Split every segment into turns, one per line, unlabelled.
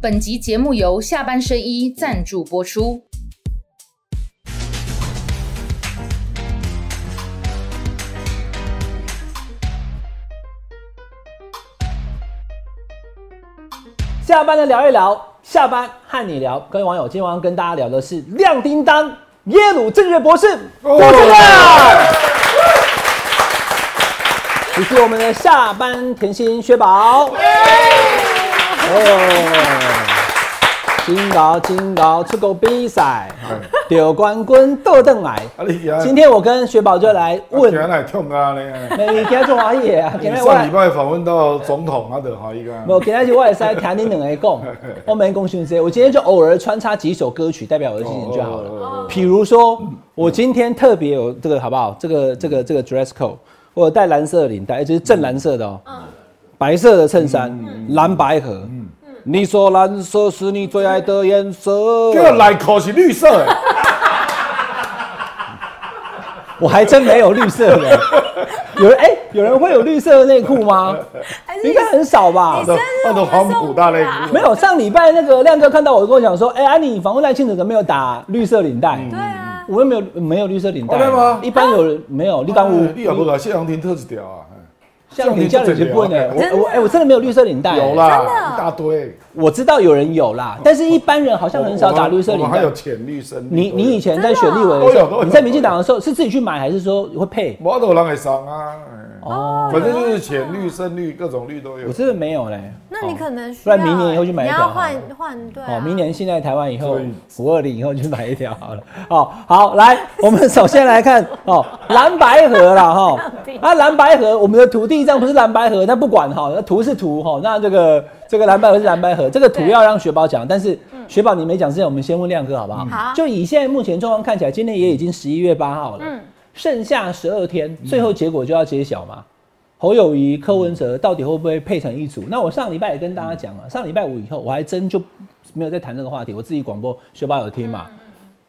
本集节目由下半身衣赞助播出。
下班的聊一聊，下班和你聊。各位网友，今天晚上跟大家聊的是亮叮当耶鲁政治博士郭
哦
正 亮，以及我们的下班甜心薛宝。哦，金高金高出国比赛，丢冠军倒邓 来。
啊，你今
今天我跟薛宝就来问，
原来痛啊你！
你今天做乜嘢啊？今
你
天
上
我
礼。拜访问到总统啊，就可以噶。
我今天就我也是 在听你两个讲，我没讲讯息，我今天就偶尔穿插几首歌曲代表我的心情就好了。
了。
比如说，我今天特别有这个好不好？这个这个这个 dress code，我有戴蓝色的领带，就是正蓝色的哦、
嗯
白色的衬衫，蓝白盒。你说蓝色是你最爱的颜色，
这个来口是绿色的，
我还真没有绿色 的。有人哎、有人会有绿色的内裤吗？
还
应该很少吧？
你生日
那种黄埔大内裤
没有，上礼拜那个亮哥看到我，跟我讲说，哎、安妮，你访问赖清德怎么没有打绿色领带？
对啊，
我又没有没有绿色领带、
哦真的吗
一般有人没有，立
你
当屋
哎你也不搞谢长廷特质条啊？
像你这样的就不能。我我哎、我真的没有绿色领带、
哎啊有啦，一大堆。
我知道有人有啦，但是一般人好像很少打绿色
我
领
们还
带
有。浅绿深绿都有。
你你以前在选立委的
真
时
的啊都有都
候，
有
你在民进党的时候是自己去买，还是说会配？
我都有人会上啊。
哦
哦，反正就是浅绿、深绿，各种绿都有。
我真的没有嘞、
那你可能需
哦不然
要
明年以后去买一
你
条
要
好了
换换对啊
哦，明年现在台湾以后
所以
五二零以后去买一条好了。哦，好，来，我们首先来看 哦，蓝白河啦哈、啊，蓝白河，我们的图第一张不是蓝白河，那不管哦哈、那图是图哈、那这个这个蓝白河是蓝白河，这个图
对嗯
要让雪宝讲，但是雪宝你没讲之前，我们先问亮哥好不好？
好
就以现在目前状况看起来，今天也已经十一月八号了，
嗯
剩下十二天，最后结果就要揭晓嘛。侯友谊、柯文
嗯
哲到底会不会配成一组？那我上礼拜也跟大家讲了，上礼拜五以后，我还真就没有再谈这个话题。我自己广播学霸有听嘛，
嗯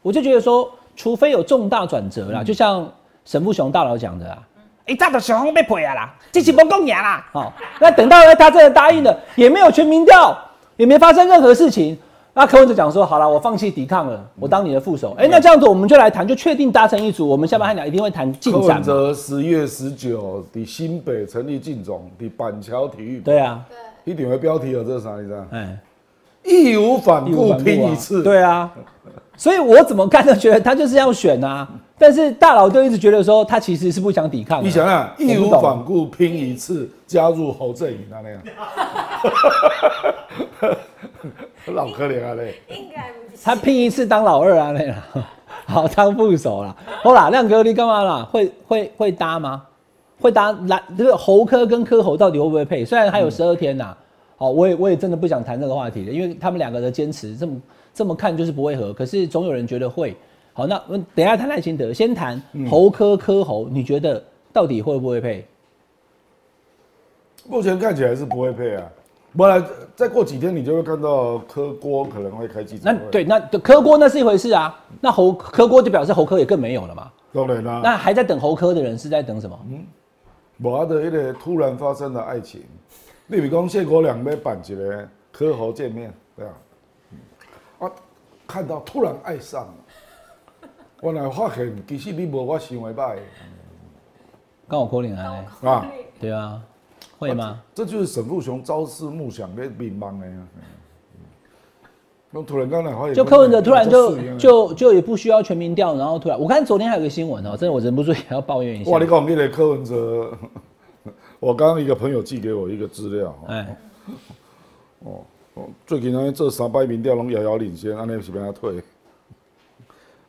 我就觉得说，除非有重大转折啦，就像沈富雄大佬讲 的啊，
一早就想讲要赔啊啦，这是无讲赢啦。
好、那等到他真的答应
嗯
了，也没有全民调，也没发生任何事情。那柯文哲讲说，好了，我放弃抵抗
嗯
了，我当你的副手。哎、那这样子我们就来谈，就确定达成一组。我们下班还聊，一定会谈进
柯
展
文
嘛。
哲十月十九伫新北成立进总，伫板桥体育馆。
对啊，
一定的标题有这啥？你知道？
哎。
义无反顾拼一次。
对啊，所以我怎么看都觉得他就是要选啊。但是大佬就一直觉得说他其实是不想抵抗的。
你想想，啊义
我
无
不懂
反顾拼一次，加入侯阵营那样， 老可怜啊嘞！
应该不是
他拼一次当老二啊那啦， 好当副手啦。好啦，亮哥你干嘛啦？会会会搭吗？会搭蓝这个侯科跟柯侯到底会不会配？虽然还有十二天呐、好、我也我也真的不想谈这个话题了，因为他们两个的坚持这么这么看就是不会合，可是总有人觉得会。好，那我们等一下谈赖清德，先谈
嗯
侯科柯侯，你觉得到底会不会配？
目前看起来是不会配啊，不然再过几天你就会看到柯郭可能会开记者
那
会。
对，那柯郭那是一回事啊，那侯柯郭就表示侯科也更没有了嘛。
当然啦、
那还在等侯科的人是在等什么？
嗯我的一啊个突然发生的爱情，你比讲谢国良要办一个柯侯见面，对啊，啊，看到突然爱上了，我来发现其实你无我想的歹
刚好柯林来，
啊。
对啊，会吗？
这就是沈富雄朝思暮想的民望的呀。那突然刚才好像
就柯文哲突然
跟那
就
个就是
就就也不需要全民调，然后突然，我看昨天还有个新闻哦、真的我忍不住也要抱怨一下
哇！。你讲那个柯文哲， 我刚刚一个朋友寄给我一个资料，
哎，
最近呢这三百民调拢遥遥领先，安尼是被他退。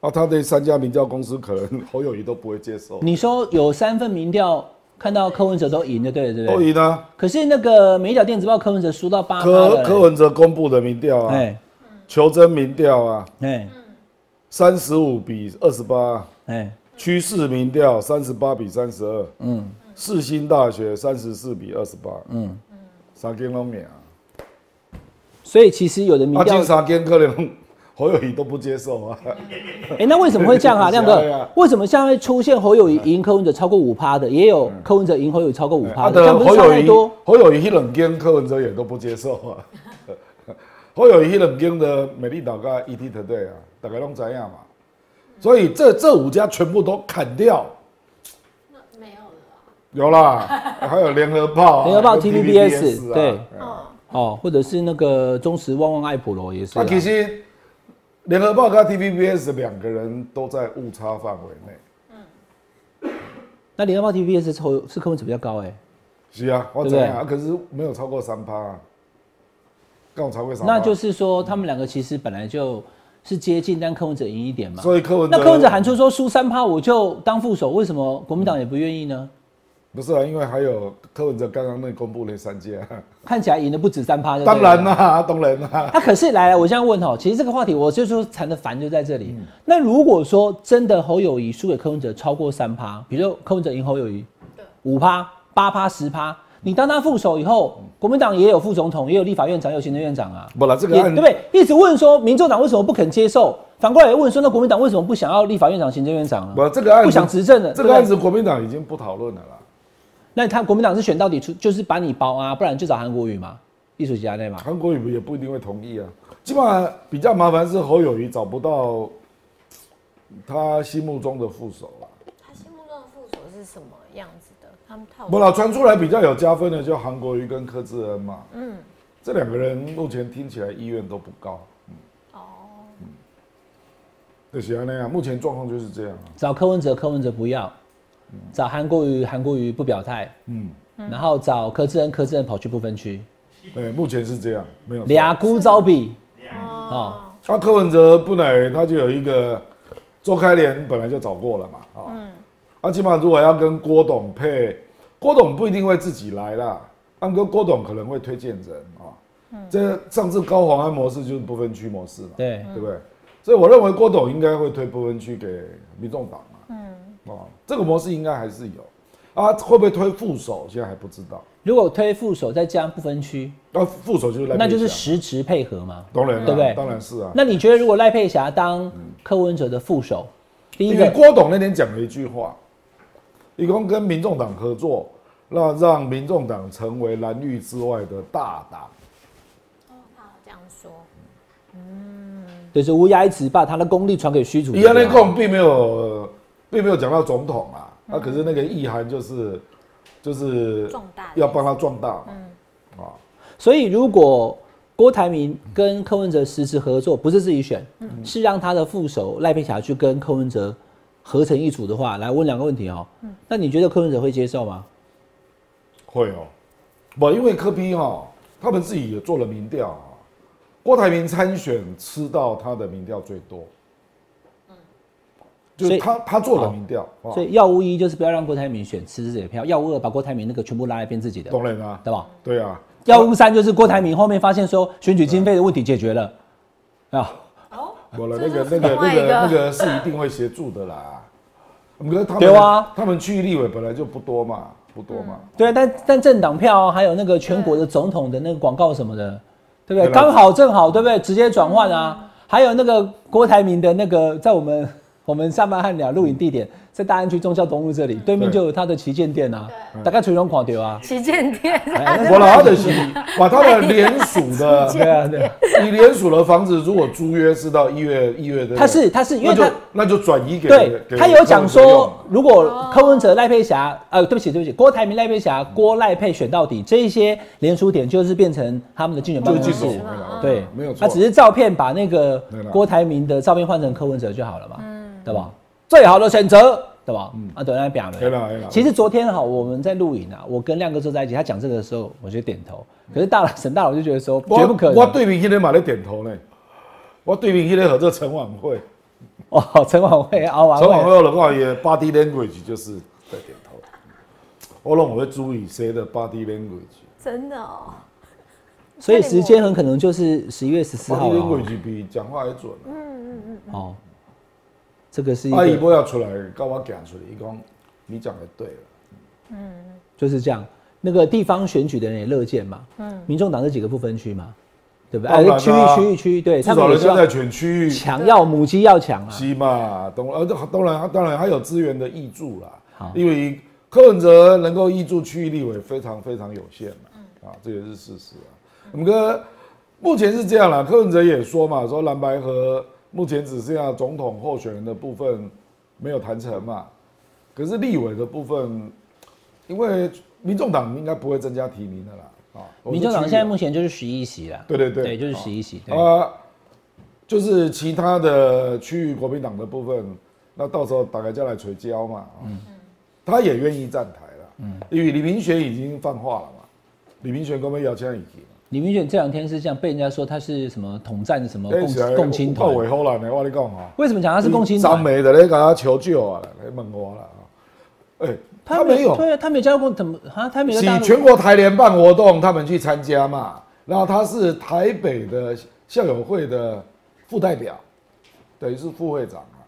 啊，他对三家民调公司可能侯友谊都不会接受，
你说有三份民调看到柯文哲都赢的，对了对不
侯
对？
友谊呢？
可是那个美角电子报柯文哲输到八趴了
柯
嘞
柯文哲公布的民调啊，
哎
求真民调啊，
哎
三十五比二十八，
哎，
趋势民调三十八比三十二，
嗯，
世新大学三十四比二十八，嗯，三间拢赢，
所以其实有的民
啊，
调
进三间可能侯友谊都不接受啊，
哎、那为什么会这样 啊，
对
亮
对啊
哥？为什么现在会出现侯友谊赢柯文哲超过五趴的，也有柯文哲赢侯友谊超过五趴
啊，
的？这样不
侯
是差
友
太
谊
多？
侯友谊一两间柯文哲也都不接受啊， 好友伊迄两间的美丽岛跟 ET Today 啊，大家拢知影嘛。所以这这五家全部都砍掉，
那没有了
有啦，还有联合报、啊、
联合报 TVBS
啊
对
啊。
哦，或者是那个忠实旺旺爱普罗也是、
那
啊。
其实联合报跟 TVBS 两个人都在误差范围内。
那联合报 TVBS 抽是柯文哲比较高哎、
是啊，
对
我
不
怎
对
样、啊？可是没有超过三趴啊，刚好超过三趴，
那就是说他们两个其实本来就是接近，但柯文哲赢一点嘛。
所以柯文哲
那柯文哲喊出说输三趴我就当副手，为什么国民党也不愿意呢？
不是啊，因为还有柯文哲刚刚那公布那三届、啊，
看起来赢的不止三趴，对不对
当然啦、当然啦、
他、啊可是来来，我现在问哈，其实这个话题我就说谈的烦就在这里。
嗯
那如果说真的侯友谊输给柯文哲超过三趴，比如说柯文哲赢侯友谊
对
五趴、八趴、十趴，你当他副手以后，
嗯
国民党也有副总统，也有立法院长，也有行政院长啊，
不啦，这个
也
案
对不对？一直问说民众党为什么不肯接受，反过来也问说那国民党为什么不想要立法院长、行政院长啊？
不这个案子
不想执政了，
这
对不
个
对
案子国民党已经不讨论了啦。
那他国民党是选到底出，就是把你包啊，不然就找韩国瑜嘛，艺术家内嘛。
韩国瑜也不一定会同意啊。基本上比较麻烦是侯友谊找不到他心目中的副手了。
他心目中的副手是什么样子的？他们套
不啦，传出来比较有加分的就韩国瑜跟柯志恩嘛。嗯，这两个人目前听起来意愿都不高。嗯
哦，
就是安那样，啊目前状况就是这样啊。
找柯文哲，柯文哲不要；找韩国瑜，韩国瑜不表态；
嗯，
然后找柯志恩，柯志恩跑去不分区，
对，目前是这样，没有错。
俩孤招比
哦，
啊，柯文哲本来他就有一个周开莲本来就找过了嘛，啊、嗯，啊，起码如果要跟郭董配，郭董不一定会自己来啦，安哥郭董可能会推荐人啊，
嗯
这上次高黄安模式就是不分区模式嘛，
对，
对不对？所以我认为郭董应该会推不分区给民众党嘛，嗯，哦，这个模式应该还是有，啊，会不会推副手现在还不知道，
如果推副手再加上不分区，
那、副手就是来
那就是
配角
实质配合嘛。
当然啦
对不对
当然是啊，
那你觉得如果赖佩霞当柯文哲的副手，第一
嗯因为
个
郭董那天讲了一句话，李光跟民众党合作，那让民众党成为蓝绿之外的大党。
他好这样说，
就是乌鸦一直把他的功力传给虚竹，
伊安内贡并没有，呃并没有讲到总统啊，那、可是那个意涵就是，就是
壮大嗯
要帮他壮大嘛。啊，
所以如果郭台铭跟柯文哲实质合作，不是自己选，是让他的副手赖佩霞去跟柯文哲合成一组的话，来问两个问题哦、那你觉得柯文哲会接受吗？
会哦，不，因为柯批哈、他们自己也做了民调啊，郭台铭参选吃到他的民调最多，
嗯
就
所
是
以
他他做了
好
民调，啊
所以要无一就是不要让郭台铭选吃自己的票，要无二把郭台铭那个全部拉来变自己的，
当然啊，
对吧？
对啊，
要无三就是郭台铭后面发现说选举经费的问题解决了，啊，
哦
我了，那个
这就
那
是
个
另
那
外一
个
个
那个是一定会协助的啦。我们他们
对啊
他们区域立委本来就不多嘛，不多嘛。
对啊，但但政党票、啊、还有那个全国的总统的那个广告什么的，对不对？
对啦
刚好正好，对不对？直接转换啊！还有那个郭台铭的那个，在我们 我们上班汉鸟录影地点，在大安区忠孝东路这里，对面就有他的旗舰店啊，大概垂龙垮掉啊，
旗舰店
我老的是把他的联署的，
对啊，对啊，
你联署的房子如果租约是到一月一月的，
他是他是因为
那就
他
那就转移给
对
给
他有讲
柯文哲
说
用嘛，
如果柯文哲、赖佩霞，呃，对不起，对不起，郭台铭、赖佩霞、郭赖佩选到底，这一些联署点就是变成他们的竞选办
就是
公
技
室
术。
嗯
委了，
对，
没有错。
他只是照片把那个
对啦
郭台铭的照片换成柯文哲就好了嘛，对吧？最好的选择，对吧？啊，对，那表
对嗯啦对啦
了。其实昨天哈，我们在录影啊，我跟亮哥坐在一起，他讲这个的时候，我就点头。可是大佬沈大佬就觉得说，
嗯我
绝不可
我
能。
对面今天嘛在点头呢，我对面今天合作陈晚会，
哦，陈婉 慧、敖婉
陈晚
慧，
会的话也 body language 就是在点头。我拢我会注意谁的 body language。
真的哦，
所以时间很可能就是十一月十四
他
号
的
了
规
哦
矩比讲话还准、啊。
哦。这个是一
阿姨
个，
哎不要出来，跟我讲出来，伊讲你讲的对了。
就是这样。那个地方选举的人也乐见嘛，民众党这几个不分区嘛，对不对？
当然啦
哎区域区域区域，对，
至
他
少
们也
人
希
家
望
在选区域，
强要母鸡要强啊，
是嘛？懂呃，当然，当然还有资源的益助啦。
好
因为柯文哲能够益助区域立委非常非常有限嘛，啊，这也是事实啊。我们跟目前是这样啦，柯文哲也说嘛，说蓝白河目前只剩下总统候选人的部分没有谈成嘛，可是立委的部分，因为民众党应该不会增加提名的啦。啊，我是
民进党
区域
现在目前就是十一席啦，
对对对
对，就是
好
十一席，对，
啊，就是其他的区域国民党的部分，那到时候大概就来垂交嘛。嗯，他也愿意站台了。嗯，因为李明学已经放话了嘛，李明学跟我们姚千已经。
李明选这两天是这样被人家说他是什么统战什么
但是
哦共共青团
到，尾后来呢，哎我跟你讲哈，
为什么讲他是共青
嗯张
团？
梅的咧，给他求救啊，来问我了啊。哎、他没有，
对啊，他没有加入共，怎么啊？他没有
是
大陆
全国台联办活动，他们去参加嘛。然后他是台北的校友会的副代表，等于是副会长啊。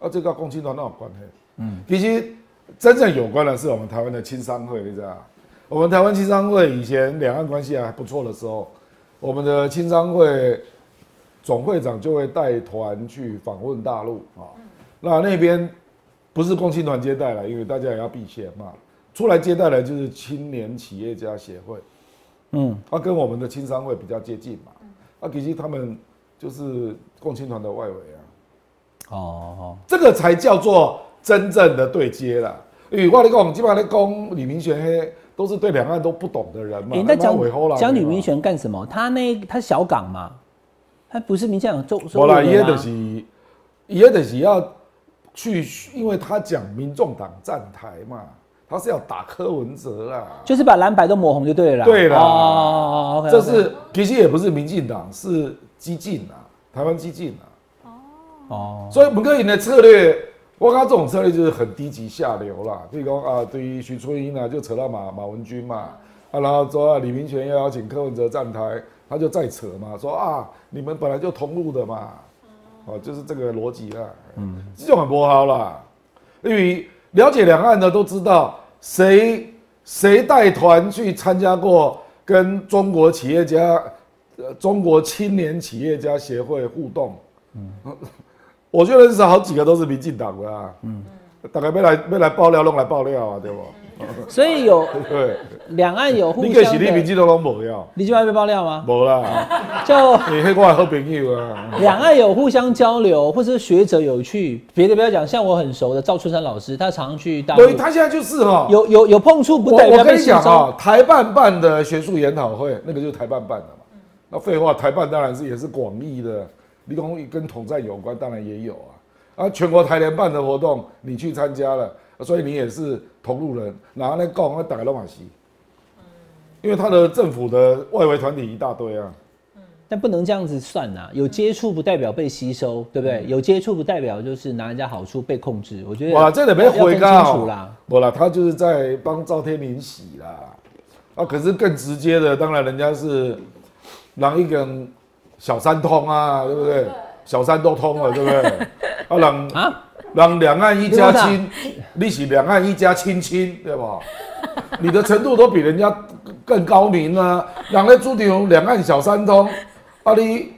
啊，这个共青团那有关系。嗯，其实真正有关的是我们台湾的青商会，你知道吗？我们台湾青商会以前两岸关系还不错的时候，我们的青商会总会长就会带团去访问大陆啊。
嗯
那那边不是共青团接待了，因为大家也要避嫌嘛。出来接待的就是青年企业家协会，
嗯，
它、跟我们的青商会比较接近嘛。啊，其实他们就是共青团的外围啊，
哦哦，
这个才叫做真正的对接啦。因为我跟你讲，基本上在讲李明玄黑都是对两岸都不懂的人嘛。
你在
尾后啦啊
讲，讲女民选干什么？他那他小港嘛，他不是民进党中
我啦，
也
也就是，也就是要去，因为他讲民众党站台嘛，他是要打柯文哲啊啦。
就是把蓝白都抹红就对了啦。
对啦
哦哦哦，OK，
这是其实也不是民进党，是激进啊，台湾激进啊。
哦，
所以本科颖的策略，我讲这种策略就是很低级下流啦。譬如讲啊，对于徐春英啊，就扯到马马文君嘛，啊，然后说啊，李明全要邀请柯文哲站台，他就再扯嘛，说啊，你们本来就同路的嘛，哦、就是这个逻辑啦。嗯，这种很不好啦，因为了解两岸的都知道，谁谁带团去参加过跟中国企业家、呃中国青年企业家协会互动。嗯 我就认识好几个都是民进党的啊，嗯，大概要来要来爆料，弄来爆料啊，对不？
所以有
对，
两岸有互
你
相
给是你民
的，
进党拢无要，
你就要被爆料吗？
无啦，
就
你迄我的好朋友 啊，
两岸有互相交流，或者是学者有去，别的不要讲，像我很熟的赵春山老师，他常去大陆
对，，他现在就是哈，
有有有碰触，不
我
代
我
表
跟
被
你
吸
讲
收。
啊，台办办的学术研讨会，那个就是台办办的嘛，那废话，台办当然是也是广义的，你讲跟统战有关，当然也有啊，啊，全国台联办的活动你去参加了，啊所以你也是同路人，然后呢，告那打个罗马西。因为他的政府的外围团体一大堆啊，
但不能这样子算呐、有接触不代表被吸收，对不
嗯
对？有接触不代表就是拿人家好处被控制。我觉得
哇，这得没
要
回
分
答
清楚啦
哦。。不啦，他就是在帮赵天麟洗啦。啊，可是更直接的，当然人家是让一根小三通啊，对不对？小三都通了，对不对？啊，让
啊，
让两岸一家
你
亲，你是两岸一家亲亲，对吧？你的程度都比人家更更高明啊！两个主张两岸小三通，啊你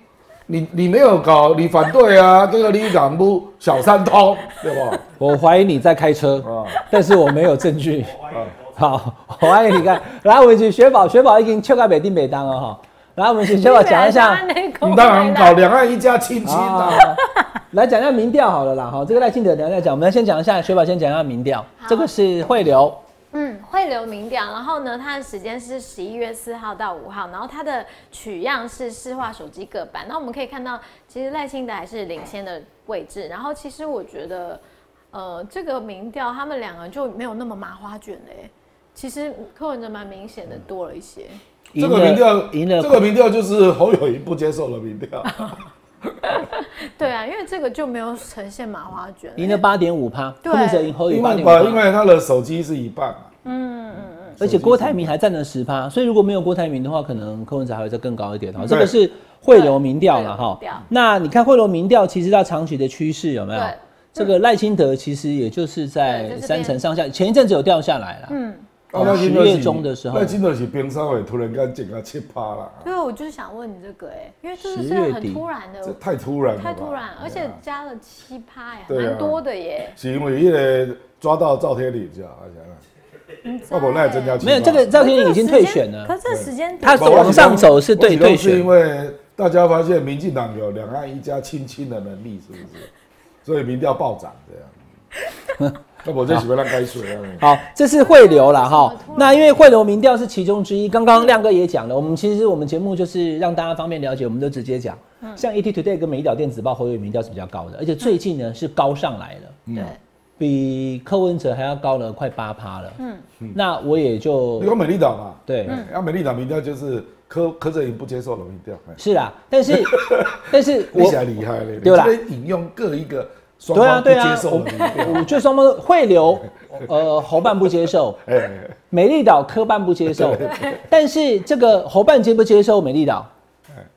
你你没有搞，你反对啊，这个你港不小三通，对吧？
我怀疑你在开车，
啊
但是我没有证据。
嗯
好，我怀疑你看，来我们去雪宝，雪宝已经敲开北定北当了哈。来我们去雪宝讲一 下。
你当然搞两岸一家亲亲啊！
啊， 来讲一下民调好了啦，哈，这个赖清德等一下讲，我们先讲一下雪宝，先讲一下民调，这个是汇流，
嗯，汇流民调，然后呢，它的时间是十一月四号到五号，然后它的取样是市话手机各版。那我们可以看到，其实赖清德还是领先的位置。然后其实我觉得，呃，这个民调他们两个就没有那么麻花卷嘞、其实柯文哲蛮明显的多了一些，
这个民调
赢了，
这个民调就是侯友谊不接受的民调，
对啊，因为这个就没有呈现麻花卷欸、
赢了八点五趴，
对
柯文哲赢侯友
因
八
为
点
把因
五
为他的手机是一半嘛，
而且郭台铭还占了十趴，所以如果没有郭台铭的话，可能柯文哲还会再更高一点哈，这个是汇流民调了哈
对汇流民调。
那你看汇流民调，其实它长期的趋势有没有
对？
这个赖清德其实也就是
对就
在
是
三成上下，前一阵子有掉下来了，嗯，
那
十
金德
月
喜
中的时候
那，金德喜冰山尾突然间减到七趴了，
对，我就是想问你这个哎、因为这
10
是
月底
很突然的
这，太突然了，
太突然，而且
对啊
加了七趴哎，
对啊
蛮多的耶。
哎是因为一个抓到赵天麟，知道吗？我本来增加
没有这个赵天麟已经退选了
可，这个时间
他
点，
走往上走是对
对
对
是因
选，
为大家发现民进党有两岸一家亲亲的能力，是不是？所以民调暴涨这样。 那我就喜欢让开水啊。
好，这是汇流了哈
怎么突。然
那因为汇流民调是其中之一，刚刚亮哥也讲了，我们其实我们节目就是让大家方便了解，我们都直接讲。
嗯
像 ET Today 跟美岛电子报侯友宜民调是比较高的，而且最近呢是高上来了。
对，
比柯文哲还要高了快八趴了。嗯，那我也就
你说美丽岛嘛，
对，
啊，美丽岛民调就是柯柯震营不接受的民调，哎
是啊，但是但是
你
我
才厉害嘞！你
对啦
这边引用各一个双
对啊
方不
对啊
接，受的民
我
调，
觉得双方都汇流，呃，侯办不接受，
哎哎，
美丽岛科办不接受，但是这个侯办接不接受美丽岛？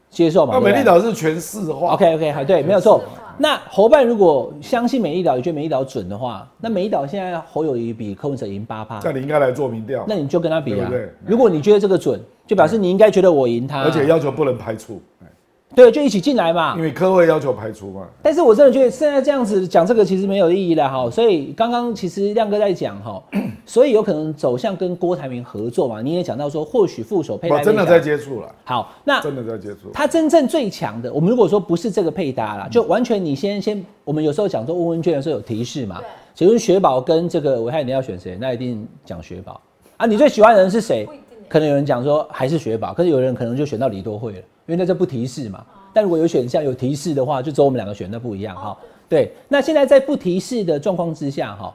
接受嘛？对
那
不对
哎啊哦美丽岛是全市化
OK OK 好，对，没有错。那侯办如果相信美丽岛，也觉得美丽岛准的话，那美丽岛现在侯友谊比柯文哲赢八趴，
那你应该来做民调
那，你就跟他比
对
啊
不对。
如果你觉得这个准，就表示你应该觉得我赢他，
而且要求不能排除，哎
对，就一起进来嘛
因。为科会要求排除嘛。
但是我真的觉得现在这样子讲这个其实没有意义了哈，所以刚刚其实亮哥在讲哈， 所以有可能走向跟郭台铭合作嘛，你也讲到说或许副手佩
我
戴
真的
内角
在接触了，
好，那
真的在接触。
他真正最强的，我们如果说不是这个配搭啦，就完全你先先，我们有时候讲说问问卷的时候有提示嘛，请问雪宝跟这个维汉你要选谁？那一定讲雪宝啊，你最喜欢的人是谁？可能有人讲说还是雪宝，可是有人可能就选到李多惠了，因为那这不提示嘛。但如果有选项有提示的话，就只有我们两个选，那不一样哈。对，那现在在不提示的状况之下哈，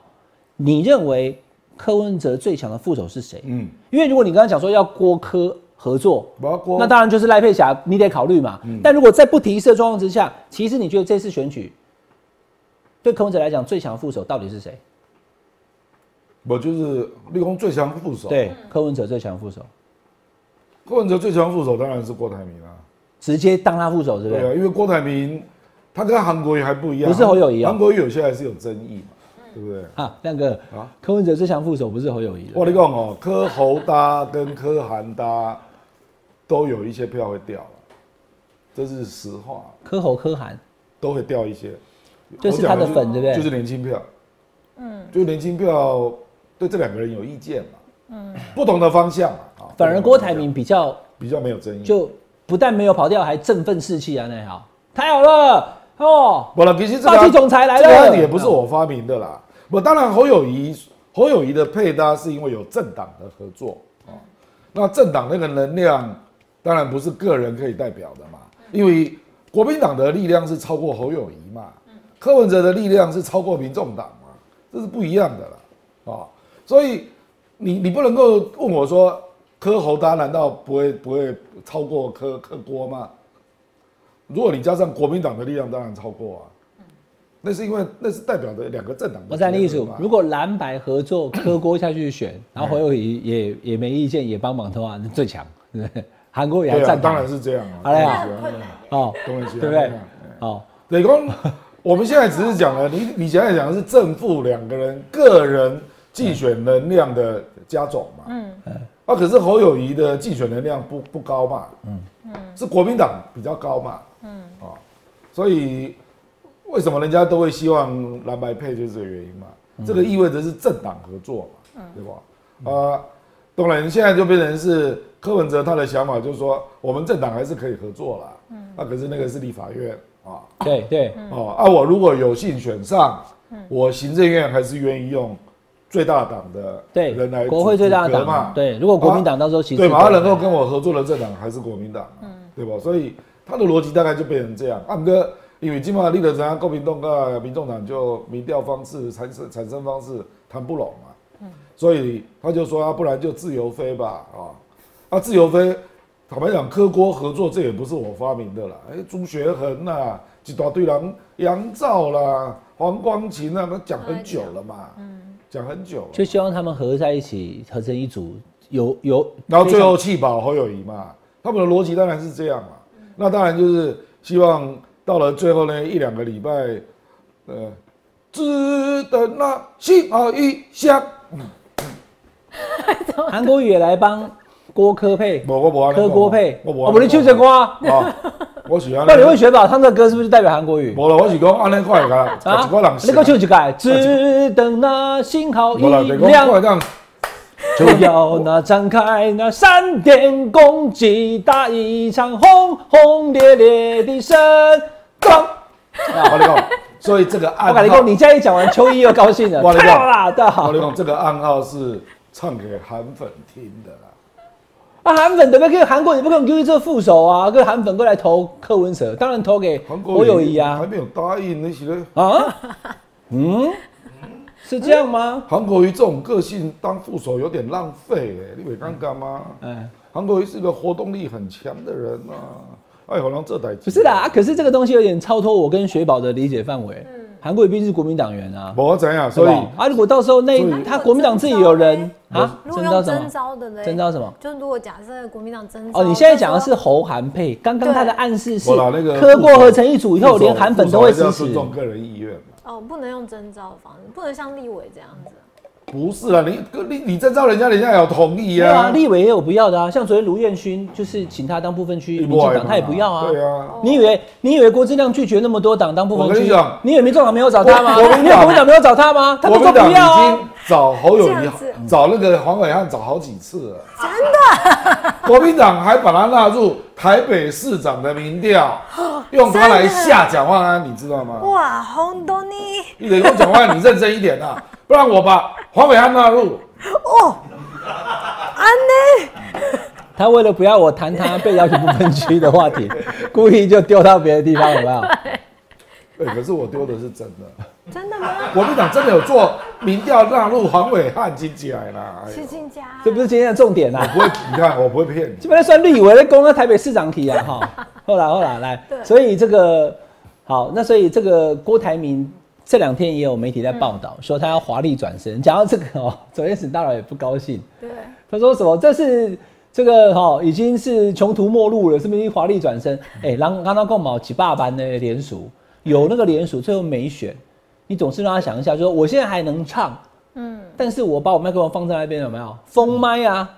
你认为柯文哲最强的副手是谁？
嗯，
因为如果你刚刚讲说要郭科合作，
我要郭嗯
那当然就是赖佩霞，你得考虑嘛。但如果在不提示的状况之下，其实你觉得这次选举对柯文哲来讲最强副手到底是谁？
我就是立功最强副手。，
对，柯文哲最强副手，
柯文哲最强副手当然是郭台铭啦、
直接当他副手，对不
对
对？
啊，因为郭台铭他跟韩国瑜还不一样，
不是侯友宜哦
韩国瑜有些还是有争议嘛，对不对？
啊，亮哥
啊，
柯文哲最强副手不是侯友谊
我
了，
跟你讲哦，柯侯搭跟柯韩搭都有一些票会掉了，这是实话，
柯侯柯韩
都会掉一些。
就是他的粉，对不对？
就是年轻票，嗯，就年轻票对这两个人有意见嘛，嗯，不同的方向嘛。啊
反而郭台铭比较
比较没有争议，
就不但没有跑掉，还振奋士气啊，那也好，太好了哦。
不了，其实这个
霸气总裁来了
这个案子也不是我发明的啦。我当然侯友谊，侯友谊的配搭是因为有政党的合作啊、哦那政党那个能量，当然不是个人可以代表的嘛，因为国民党的力量是超过侯友谊嘛，柯文哲的力量是超过民众党嘛，这是不一样的啦啊、哦所以你你不能够问我说柯侯搭难道不会不会超过柯柯郭吗？如果你加上国民党的力量，当然超过啊。那是因为那是代表的两个政党的
我再历
结
史
合嘛，
如果蓝白合作，柯郭下去选，然后侯友宜也也没意见，也帮忙的话，那最强， 对不对？韩国瑜还
对啊，
站台
当然是这样啊。
好嘞好
当然是啊
哦，
当然是啊
对不对
对啊？
哦，
对， 公，我们现在只是讲了，你你现在讲的是正负两个人个人竞选能量的加总嘛。嗯啊，可是侯友谊的竞选能量不不高嘛。嗯是国民党比较高嘛。嗯啊，所以为什么人家都会希望蓝白配，就是这个原因嘛。这个意味着是政党合作嘛，对吧？啊，当然现在就变成是柯文哲他的想法，就是说我们政党还是可以合作啦。嗯，啊，可是那个是立法院啊。
对对，
哦，啊，我如果有幸选上，
嗯
我行政院还是愿意用最大党的
对
人来
国会最大
组合
党
嘛，
对如果国民党到时候其实
对嘛，
对
他能够跟我合作的政党还是国民党，嗯，对吧？所以他的逻辑大概就变成这样。啊，不过因为今嘛立德人国民党跟民众党就民调方式产生产生方式谈不拢嘛，所以他就说、啊，不然就自由飞吧，啊、啊，自由飞，坦白讲，科郭合作这也不是我发明的啦，哎、朱学恒啦、一大堆人，杨照啦、黄光琴啊，都讲很久了嘛，讲很久
就
了，
希望他们合在一起，合成一组，有有，
然后最后气保侯友谊嘛，他们的逻辑当然是这样嘛，那当然就是希望到了最后呢一两个礼拜，呃，只等那心儿一响，
韩国瑜也来帮郭柯配，
我我不安啊
柯郭配，
我不
哦不是邱振
光，
瓜，
啊，我喜欢，
那你问雪宝唱啊这歌是不是代表韩国瑜？
无啦，我是讲安尼快噶，一个人
你给我唱一个，只等那星号一
无啦，就
亮
讲，快讲，
就要那展开那闪电攻击，打一场轰轰烈烈的胜仗。
我跟你讲，所以这个暗
我跟你
号
讲，你这样一讲完，秋意又高兴了，
我跟你
太
讲
好啦，大家好
我跟你讲，这个暗号是唱给韩粉听的啦。
啊！韩粉怎么可以？韩国你不可能给这副手啊，跟韩粉过来投柯文哲，当然投给
韩国
侯友
瑜
谊啊
还没有答应那些
啊，嗯，是这样吗？
韩国瑜这种个性当副手有点浪费、欸，你会尴尬吗？
哎，
韩国瑜是个活动力很强的人啊，哎，好像这台
不是啦，啊，可是这个东西有点超脱我跟雪宝的理解范围。韩国瑜毕竟是国民党员啊，
我怎样，
所
所
以
以
啊，如果到时候
所
那
以
他国民党自己有人啊，
如果
征召
用
什
征
么？
招的嘞，
征召什么？
就如果假设国民党征召，
哦，你现在讲的
就是说
侯韩配，刚刚他的暗示是
我啦那个
柯过合成一组以后，
副手
连韩粉都会
副
支
手还是要
持
尊。重个人意愿嘛。
哦，不能用征召的方式，不能像立委这样子。
不是啊，你你你征召人家，人家有同意
对啊，
啊，
立委也有不要的啊，像昨天卢彦勋就是请他当部分区
你
民
不
进
爱嘛
党，他也不要啊。
对啊，
你以为你以为郭正亮拒绝那么多党当部分
我跟
区
你讲？
你以为民众党没有找他吗？
国国民党
你以为国民党没有找他吗？他
国
都
民
说
党
不要
已经
啊。
找侯友
这
谊
样子、
找那个黄伟汉找好几次了，真的。 国民党还把他纳入台北市长的民调，
哦
用他来吓蒋万安，啊你知道吗？
哇，红多尼
你得跟蒋万安，你认真一点啊，不然我把黄伟汉纳入。
安呢？
他为了不要我谈他被邀请部分区的话 题，故意就丢到别的地方，有没有？
哎、可是我丢的是真的，
真的吗？
国民党真的有做民调纳入黄伟汉进进来啦。哎呦
徐静佳，
这不是今天的重点
我
啊。
不会，你看我不会骗
基
你。
本上算立委在攻到台北市长题啊，哈。后来后来来，所以这个好，那所以这个郭台铭这两天也有媒体在报道、说他要华丽转身。讲到这个哦，昨天沈大佬也不高兴，
对，
他说什么这是。这个哈、哦、已经是穷途末路了，是不是华丽转身？哎、让让他共毛几霸班的联署，有那个联署，最后没选，你总是让他想一下，就说我现在还能唱，
嗯，
但是我把我麦克风放在那边有没有封麦啊？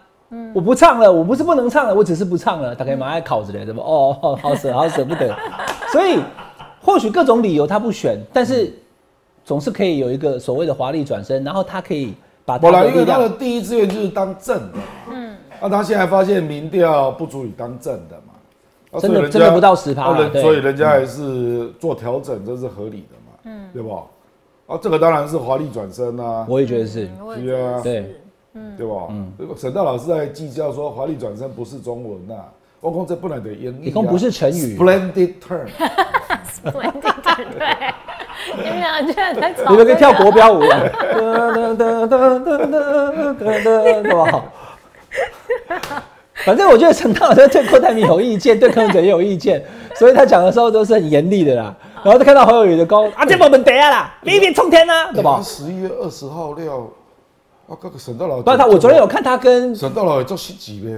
我不唱了，我不是不能唱了，我只是不唱了。大概马上考着嘞，怎么哦，哦好舍，好舍不得。所以或许各种理由他不选，但是总是可以有一个所谓的华丽转身，然后他可以把
我
他
来，
的
因为
力
他的
量。
第一志愿就是当正的，嗯，那、他现在发现民调不足以当正的嘛，啊
真的
所以人家
真的不到10%
啊人
对
所以人家还是做调整，这是合理的嘛，嗯，对吧？啊，这个当然是华丽转身啊，
我也觉得是，
我也
对
觉得
啊，
对，
对吧？嗯，沈大老师在计较说华丽转身不是中文呐、我讲这本来的英语、啊，
你讲不是成语
splendid turn，
你们俩居然在吵，
你们跟跳国标舞一样，哒哒哒哒哒哒哒哒，对吧？反正我觉得陈大老师对郭台铭有意见，对柯文哲也有意见，所以他讲的时候都是很严厉的啦。然后他看到侯友宜的高，
啊，这无问题啊啦，你一边冲天啊，
对吧
十一月二十号料，啊，哥哥沈大老师，
不然他我昨天有看他跟
沈大老师做十几个，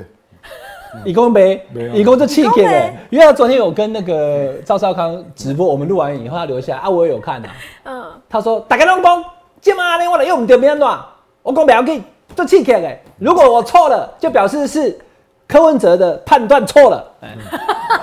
李工梅
没有，
李工就气给了，因为他昨天有跟那个赵少康直播，我们录完以后他留下来啊，我也有看啊。
嗯，
他说大家拢讲，这么安尼我来用唔对边乱，我讲不要紧，就气起来。如果我错了，就表示是柯文哲的判断错了。哎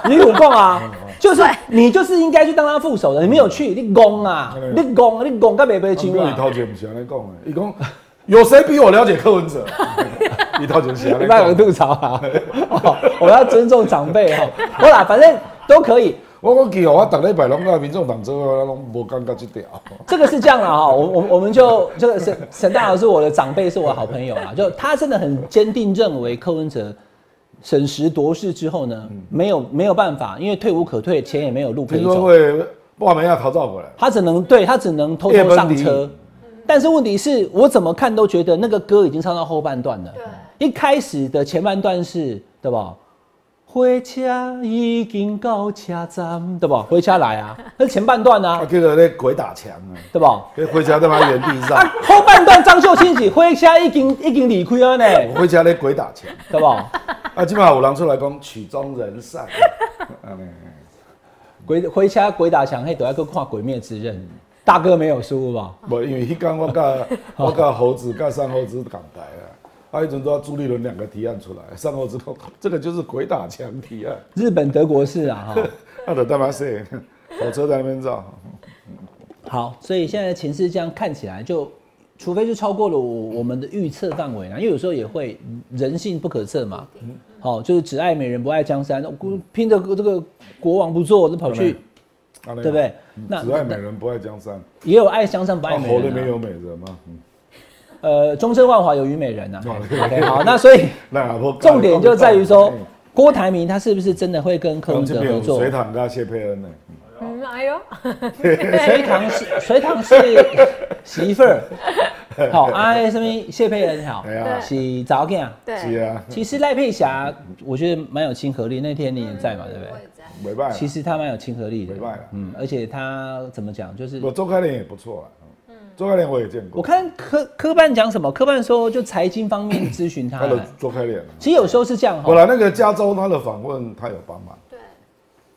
你有讲啊，就是你就是应该去当他副手的，你没有去，你拱啊，
嗯
你拱，你拱，干没被
啊
清
不过
啊
李？涛姐不是安尼讲的，伊讲 有谁比我了解柯文哲？ 李涛姐不是安
你
尼
不要有
讲的
吐。槽啊！ 哦我要尊重长辈哦。好啦，反正都可以。
我讲记哦，我逐礼拜拢甲民众党做伙，我拢无感觉这条。
这个是这样啦哈，我我我们就这个沈沈大佬是我的长辈，是我的好朋友啊，就他真的很坚定认为柯文哲审时度势之后呢，没有没有办法，因为退无可退，钱也没有路可
嗯听
以
说
走，
会半暝啊逃走过来，
他只能对他只能偷
叶
偷
问
上
迪
车。但是问题是我怎么看都觉得那个歌已经唱到后半段了。一开始的前半段是对吧？火车已经到车站，对吧？火车来啊，那是前半段
啊，
啊，
叫做咧鬼打墙啊，
对吧？
给回家他妈原地
啊
上，，哦
后半段张秀清是火车已经已经离开了呢，
回家咧鬼打墙。
对吧？
啊，即摆有人出来讲曲终人散，安尼
鬼火车鬼打墙，嘿，都要去看《鬼灭之刃》，大哥没有输吧？
无因为迄天我甲我甲猴子甲山猴子港台啊，啊迄阵都要朱立伦两个提案出来，山猴子讲这个就是鬼打墙提案，
日本、德国是啊，哈。
啊，就他妈说 火车在那边走，
好，所以现在情势这样看起来就除非是超过了我我们的预测范围啦，啊因为有时候也会人性不可测嘛。好、就是只爱美人不爱江山，那我拼着这个国王不做，那跑去
对
对不对？那
啊只爱美人不爱江山，
也有爱江山不
啊
爱美
活的
人、
没
啊。
有美人嘛。嗯
呃，中正万华有虞美人呐、
哦
啊。OK，好，那所以
那 阿婆
重点就在于说
嗯，
郭台铭他是不是真的会跟柯
我
文
们这
哲
边
合
有
作？
水塘跟谢佩恩呢，嗯
嗯，哎呦，
隋唐是隋唐是媳妇儿，好，啊，什么谢佩恩好
哎，呀，
是早干。
是
对，
啊，
其实赖佩霞，我觉得蛮有亲和力。那天你也在嘛，对不对？
没办法。
其实她蛮有亲和力的
嗯没办法，
嗯，而且她怎么讲，就是
我周开莲也不错啊，嗯，周开莲我也见过，
我看科科办讲什么，科办说就财经方面咨询她
他的
啦。
周开莲啊，
其实有时候是这样
后
哈，
来那个加州他的访问他有帮忙，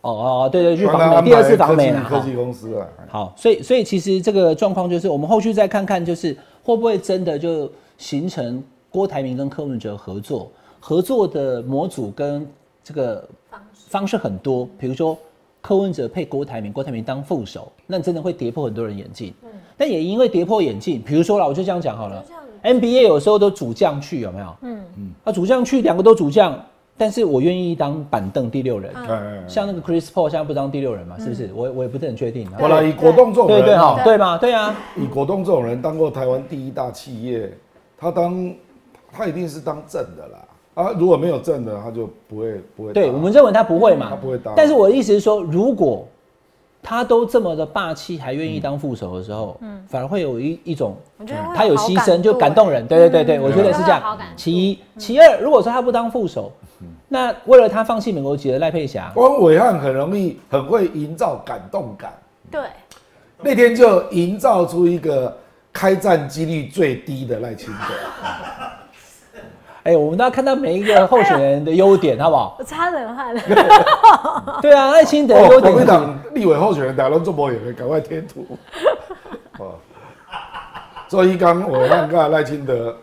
哦哦，对对，去
帮他
访
安
美，第二次
排
访美
科
啦
技。科
哈
技公司啊，哎
好，所以所以其实这个状况就是，我们后续再看看，就是会不会真的就形成郭台铭跟柯文哲合作，合作的模组跟这个方式很多，比如说柯文哲配郭台铭，郭台铭当副手，那真的会跌破很多人眼镜。但也因为跌破眼镜，比如说啦，我嗯就这样讲好了，NBA 有时候都主将去，有没有？嗯嗯，啊，主将去两个都主将，但是我愿意当板凳第六人。
哎哎，哎
像那个 Chris Paul 现在不当第六人嘛，是不是？我我也不是很确定。啊
后来以果冻这种
对
人，
对哈，对嘛，对啊，
以果冻这种人当过台湾第一大企业，他当他一定是当正的啦。啊，如果没有正的，他就不会不会打。
对我们认为他不会嘛，
啊他不会当
但是我的意思是说，如果他都这么的霸气，还愿意当副手的时候，反而会有一一种
我觉得嗯会
他有
好
牺
感
牲就
度
感
哎
动人。对对对对，我觉得
对
是
会
这样
有好感。度嗯
其一，其二，如果说他不当副手，
嗯
那为了他放弃美国籍的赖佩霞，
汪伟汉很容易很会营造感动感，
对，
那天就营造出一个开战几率最低的赖清德。
哎，我们都要看到每一个候选人的优点，好不好？
我擦冷汗了。
对啊，赖清德
哦
优
国民
点很
党立委候选人打龙中博也会赶快贴图。 哦，所以刚伟汉跟赖清德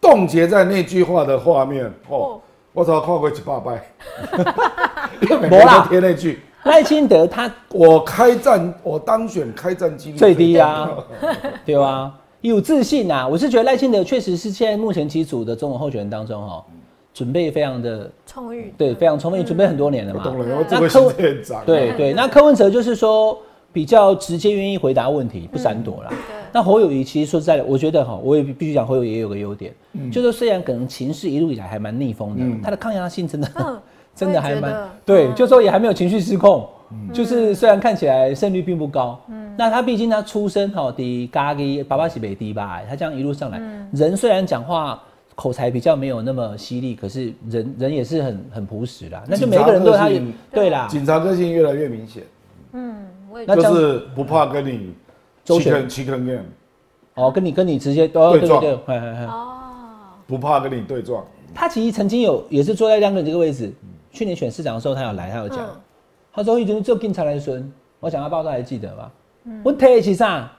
冻结在那句话的画面哦
哦，
我早看过一百拜，因为每
没
个人
啦
都贴那句。
赖清德他
我开战，我当选开战几率
最低啊， 对吧？有自信啊！我是觉得赖清德确实是现在目前几组的中文候选人当中哈、准备非常的
充裕，
对，非常充分，准备很多年了
我
嘛。
懂了，我只
那
会
柯
是
文
院长。
嗯
对对，那柯文哲就是说比较直接，愿意回答问题，不
嗯
闪躲啦。那侯友谊其实说实在的，我觉得哈，我也必须讲侯友谊也有个优点，
嗯
就是虽然可能情势一路以来还蛮逆风的，他的抗压性真的、
嗯
真的还
我也
蛮
觉得嗯
对，就说也还没有情绪失控。
嗯
就是虽然看起来胜率并不高，
嗯
那他毕竟他出身哈的咖喱爸爸是北低吧，他这样一路上来，
嗯
人虽然讲话口才比较没有那么犀利，可是人人也是很很朴实啦。那就每一个人都有他
警察个性
对啦，
警察个性越来越明显，
嗯，我也
那这
就
样
是不怕跟你
周旋
chicken chicken game，
哦，跟你跟你直接哦，
对
对对
撞
对，嘿嘿嘿
哦，
不怕跟你对撞。
他其实曾经有也是坐在亮哥你这个位置，去年选市长的时候，他有来，他有讲，
嗯
他说一直做警察来巡，我想他报道还记得吗？我提的是啥？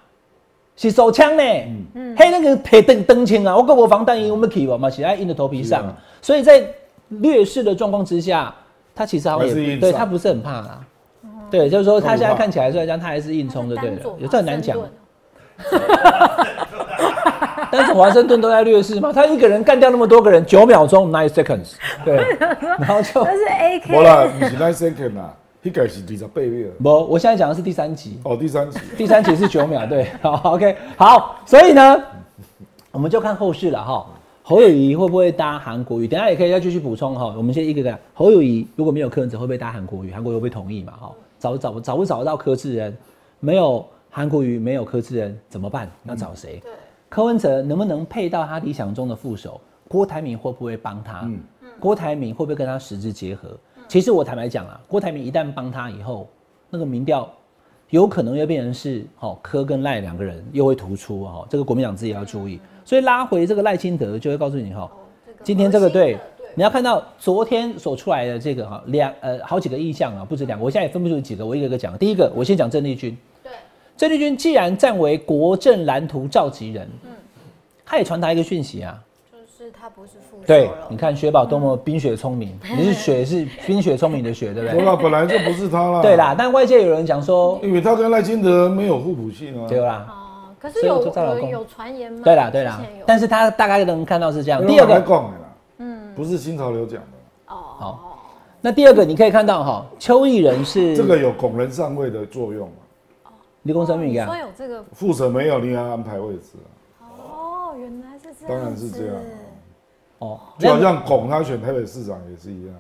是手枪呢，嘿，那个提灯灯枪啊，我跟我防弹衣，我们起我嘛，是在硬着头皮上，
嗯是啊
所以在劣势的状况之下，他其实好像
还是
也
硬
对
上
他不是很怕啦。对，就是说他现在
他不怕
看起来虽然讲他还是硬冲就对
当
了
做，
有这很难
华
讲
盛。顿
但是华盛顿都在劣势嘛，他一个人干掉那么多个人，九秒钟 nine seconds，对，然后就
但是 AK
我啦，不是那 second 啦，那个是二十八秒。
不，我现在讲的是第三集，
哦，第三集，
第三集是九秒，对， 好，OK，好，所以呢，我们就看后续了哈。侯友谊会不会搭韩国瑜？等一下也可以再继续补充哈。我们先一个一个。侯友谊如果没有柯文哲，会不会搭韩国瑜？韩国瑜会不会同意嘛？哈，找找找不找得到柯志恩？没有韩国瑜，没有柯志恩怎么办？要找谁？柯文哲能不能配到他理想中的副手？郭台铭会不会帮他？郭台铭会不会跟他实质结合？其实我坦白讲啊，郭台铭一旦帮他以后，那个民调有可能又变成是哦柯跟赖两个人又会突出哦，这个国民党自己要注意。所以拉回这个赖清德，就会告诉嗯你哈、哦，今天这个对，你要看到昨天所出来的这个哈两呃好几个意向啊，不止两个，我现在也分不出几个，我一个一个讲。第一个，我先讲郑丽君。
哦
郑丽君既然暂为国政蓝图召集人，
嗯
他也传达一个讯息啊。
就是他不是副手
对
了，
你看雪宝多么冰雪聪 明，你是雪是冰雪聪明的雪，对不
我
对？
啦本来就不是他啦。
嗯
对啦，，但外界有人讲说，
因为他跟赖清德没有互补性啊。
对啦，
哦，可
所
是
以
有
我就照老
有
公
有传言吗？
对啦对啦
之前有，
但是他大概能看到是这样。
因为
第二
我来
个，
讲的啦，嗯，不是新潮流讲的啦，
哦，
那第二个你可以看到哈，邱毅人是
这个有拱人上位的作用嘛。
离宫生啊命一
所以
样，
哦有这个
副手没有，你要安排位置啊，
哦，原来是这样，
当然是这样啊。
哦，
就好像拱他选台北市长也是一样，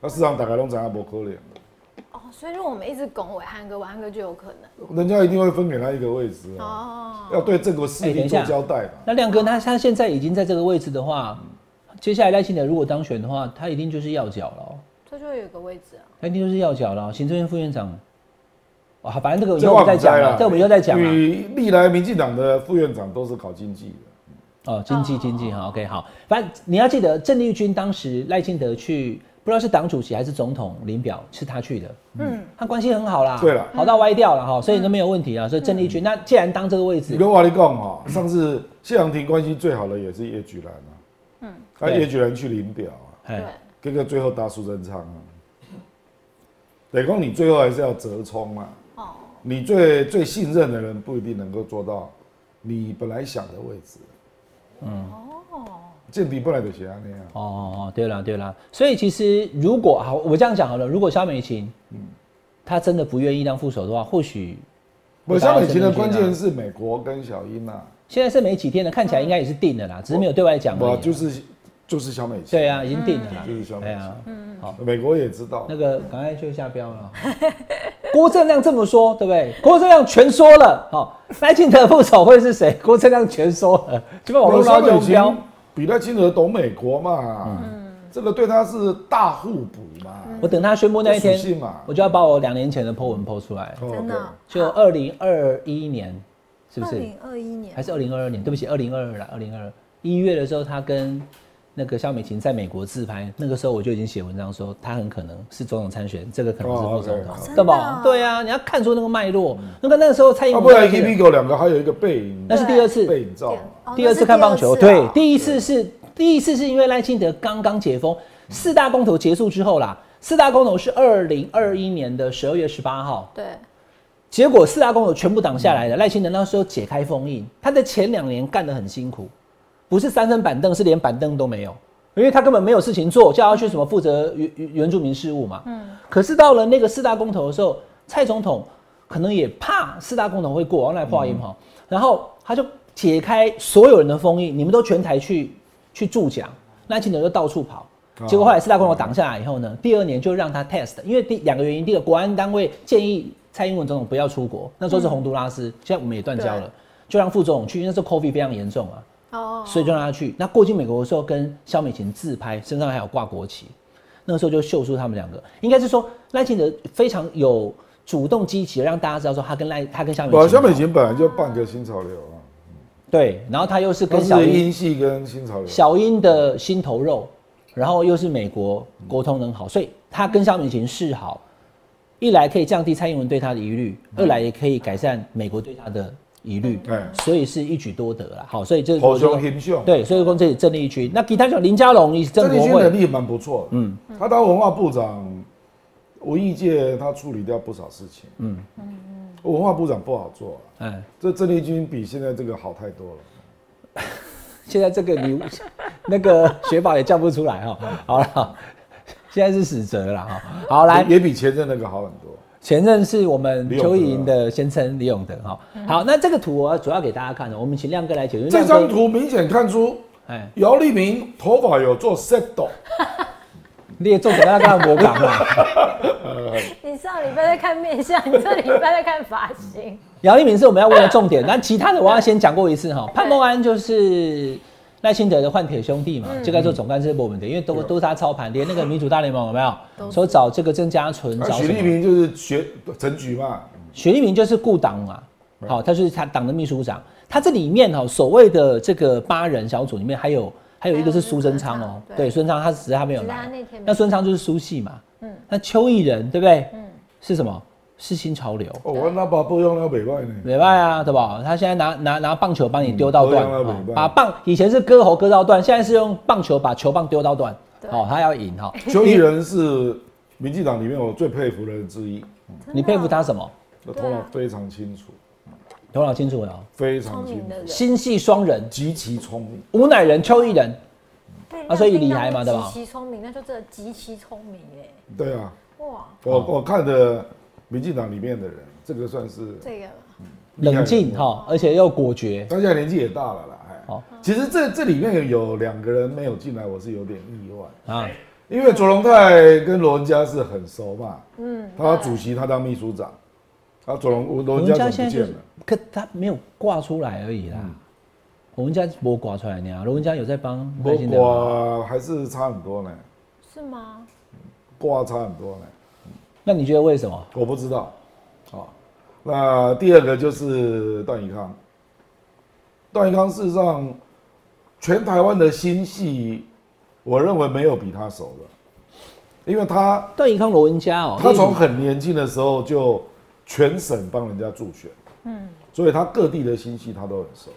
那市长打开龙长阿伯可怜的，
哦，所以如果我们一直拱伟汉哥，伟汉哥就有可能
人家一定会分给他一个位置啊，
哦。
要对这个势
哎等
力
一
做
下
交代嘛。
那亮哥他他现在已经在这个位置的话，接下来赖清德如果当选的话，他一定就是要角了哦，
这就有一个位置啊，
他一定就是要角了哦。行政院副院长，啊，反正这个以
这
后我
话
们
不嗯
再讲
猜
啊，
啦
这我们以后再讲
因
啊。
为历来民进党的副院长都是搞经济的，
哦，经济经济哈，OK 好，反正你要记得郑丽君当时赖清德去，不知道是党主席还是总统领表，是他去的，嗯，他关系很好啦，
对啦
好到歪掉了哈，所以都没有问题啊。所以郑丽君，那既然当这个位
你
置，
跟瓦力共哈，上次谢长廷关系最好的也是叶菊兰啊，嗯，那
对
叶菊兰去领表啊，
哎，
这个最后打苏贞昌啊，得公你最后还是要折冲啊，
哦，
你最最信任的人不一定能够做到你本来想的位置，嗯，哦，间谍本来就是安尼啊，
哦哦哦，对了对了，所以其实如果好，我这样讲好了，如果萧美琴，她真的不愿意当副手的话，或许
不，萧美琴的
我当
关
然是
键是美国跟小英啊，
现在是没几天了，看起来应该也是定了啦，只是没有对外讲而已啊
我
啦。
就是就是萧美琴，
嗯对啊，已经定了啦，
就是萧美
对
琴
啊，好。
美国也知道
那，个赶快就下标了。 郭正亮这么说，对不对？郭正亮全说了，哦，赖清德副手会是谁？ 郭正亮全说了，基本网络
萧
上
美
就标
琴。比赖清德懂美国嘛，
嗯
这个对他是大互补嘛，
嗯
我等他宣布那一
这属
天
性嘛，
我就要把我两年前的 po 文 po 出来，
哦
真的哦，
就二零二一年，是不
二
是？
零二一年
还是二零二二年？对不起，二零二二啦，二零二二一月的时候，他跟那个肖美琴在美国自拍，那个时候我就已经写文章说他很可能是总统参选，这个可能是副总
哦
统
，OK，，
对
真的
吧
哦？
对啊，你要看出那个脉络。那个那个时候蔡英
啊，
文
不然
在
k
这个
p 狗两个还有一个背影，
那是第二
背
次，
影照嘛，
啊哦
第二次
那是
看棒球。
第二次
对
啊，
第一次是第一次是因为赖清德刚刚解封，四大公投结束之后啦，四大公投是二零二一年的十二月十八号，
对，
结果四大公投全部挡下来了。赖清德那时候解开封印，他在前两年干得很辛苦，不是三分板凳，是连板凳都没有。因为他根本没有事情做，叫他去什么负责原原原住民事务嘛。可是到了那个四大公投的时候，蔡总统可能也怕四大公投会过，来破音哈，然后他就解开所有人的封印，你们都全台去去助讲，赖清德就到处跑。结果后来四大公投挡下来以后呢，第二年就让他 test，因为第两个原因，第一个国安单位建议蔡英文总统不要出国，那时候是洪都拉斯，现在我们也断交
对
了，就让副总统去，因为那时候 COVID 非常严重啊。
哦，
所以就让他去。那过境美国的时候，跟肖美琴自拍，身上还有挂国旗，那个时候就秀出他们两个，应该是说赖清德非常有主动积极，让大家知道说他跟赖他跟肖美
不，
琴，
萧美琴本来就半个新潮流啊，
对，然后他又是
她
跟小
哦是
英
英系跟新潮流，
小英的心头肉，然后又是美国沟通很好，所以他跟肖美琴示好，一来可以降低蔡英文对他的疑虑，
嗯
二来也可以改善美国对他的疑虑，
哎
所以是一举多得啦。好，所以这
头胸挺胸，
对，所以说这里郑丽君，那其他像林佳龙也是郑
郑丽
国
君能
会，
力蛮不错的，嗯，他当文化部长，文艺界他处理掉不少事情，嗯文化部长不好做、啊，
哎，
这郑丽君比现在这个好太多了。
现在这个你 那个雪宝也叫不出来 哈、哦。好了，现在是死哲了哈、好，来，
也也比前任那个好很多。
前任是我们
李永德
邱莹的先生李永德哈、好，那这个图我主要给大家看的，我们请亮哥来解释。
这张
亮哥，
图明显看出
哎，
姚立明头发有做 set，
你也重点要看我讲嘛。
你上礼拜在看面相，你这礼拜在看发型，
姚立明是我们要问的重 点，那其他的我要先讲过一次哈、潘孟安就是。赖清德的换铁兄弟嘛，就该做总干事部门的，因为都都是他操盘， 连那个民主大联盟有没有说找这个郑家纯，
那
找
许
什
啊立
么？嗯
明就是学陈菊嘛，
许立明就是顾党嘛，
嗯
好、他就是他党的秘书长。他这里面哈、所谓的这个八人小组里面还有还有一个是苏贞昌哦，
还有
对，
苏
苏贞昌他只是他没有
只是他
来
那天没，
那苏贞昌就是苏系嘛，
嗯
嗯，那邱毅人对不对？嗯，是什么？是新潮流，
哦，我那把布用了北外呢，
美外啊，对吧？他现在拿拿拿棒球帮你丢到段，
嗯都用到
哦
尾巴
把棒以前是割喉割到段，现在是用棒球把球棒丢到段，哦，他要赢哈、哦
邱毅人是民进党里面我最佩服的人之一，
你佩服他什么？
那头脑非常清楚，
头脑清楚了哦，
非
聪
常清
明
楚
的，人，
心系双人，
极其聪明。
吾乃人，丘一人。
被
啊所以
让
理
被让
还嘛
得
对吧
极其聪明，那就真的极其聪明哎，
对啊，
哇，
嗯
我、我看的民进党里面的人，这个算是
这个
冷静哈、，而且又果决。
大家年纪也大了啦，哎，
好
其实这这里面有两个人没有进来，我是有点意外，
啊，
因为卓荣泰跟罗文佳是很熟嘛，
嗯，
他主席，他当秘书长，他左荣罗
我
文
们
佳
家
怎
嗯现在就
么不见
是
了？，嗯
可他没有挂出来而已啦。我们家没挂出来那样，罗文家有在帮赖清德吗。
挂还是差很多呢，
是吗？
挂差很多呢，
那你觉得为什么？
我不知道。好，那第二个就是段宜康，段宜康事实上，全台湾的新戏，我认为没有比他熟的，因为他
段宜康、罗文家哦，
他从
例
很年轻的时候就全省帮人家助选，嗯，所以他各地的新戏他都很熟，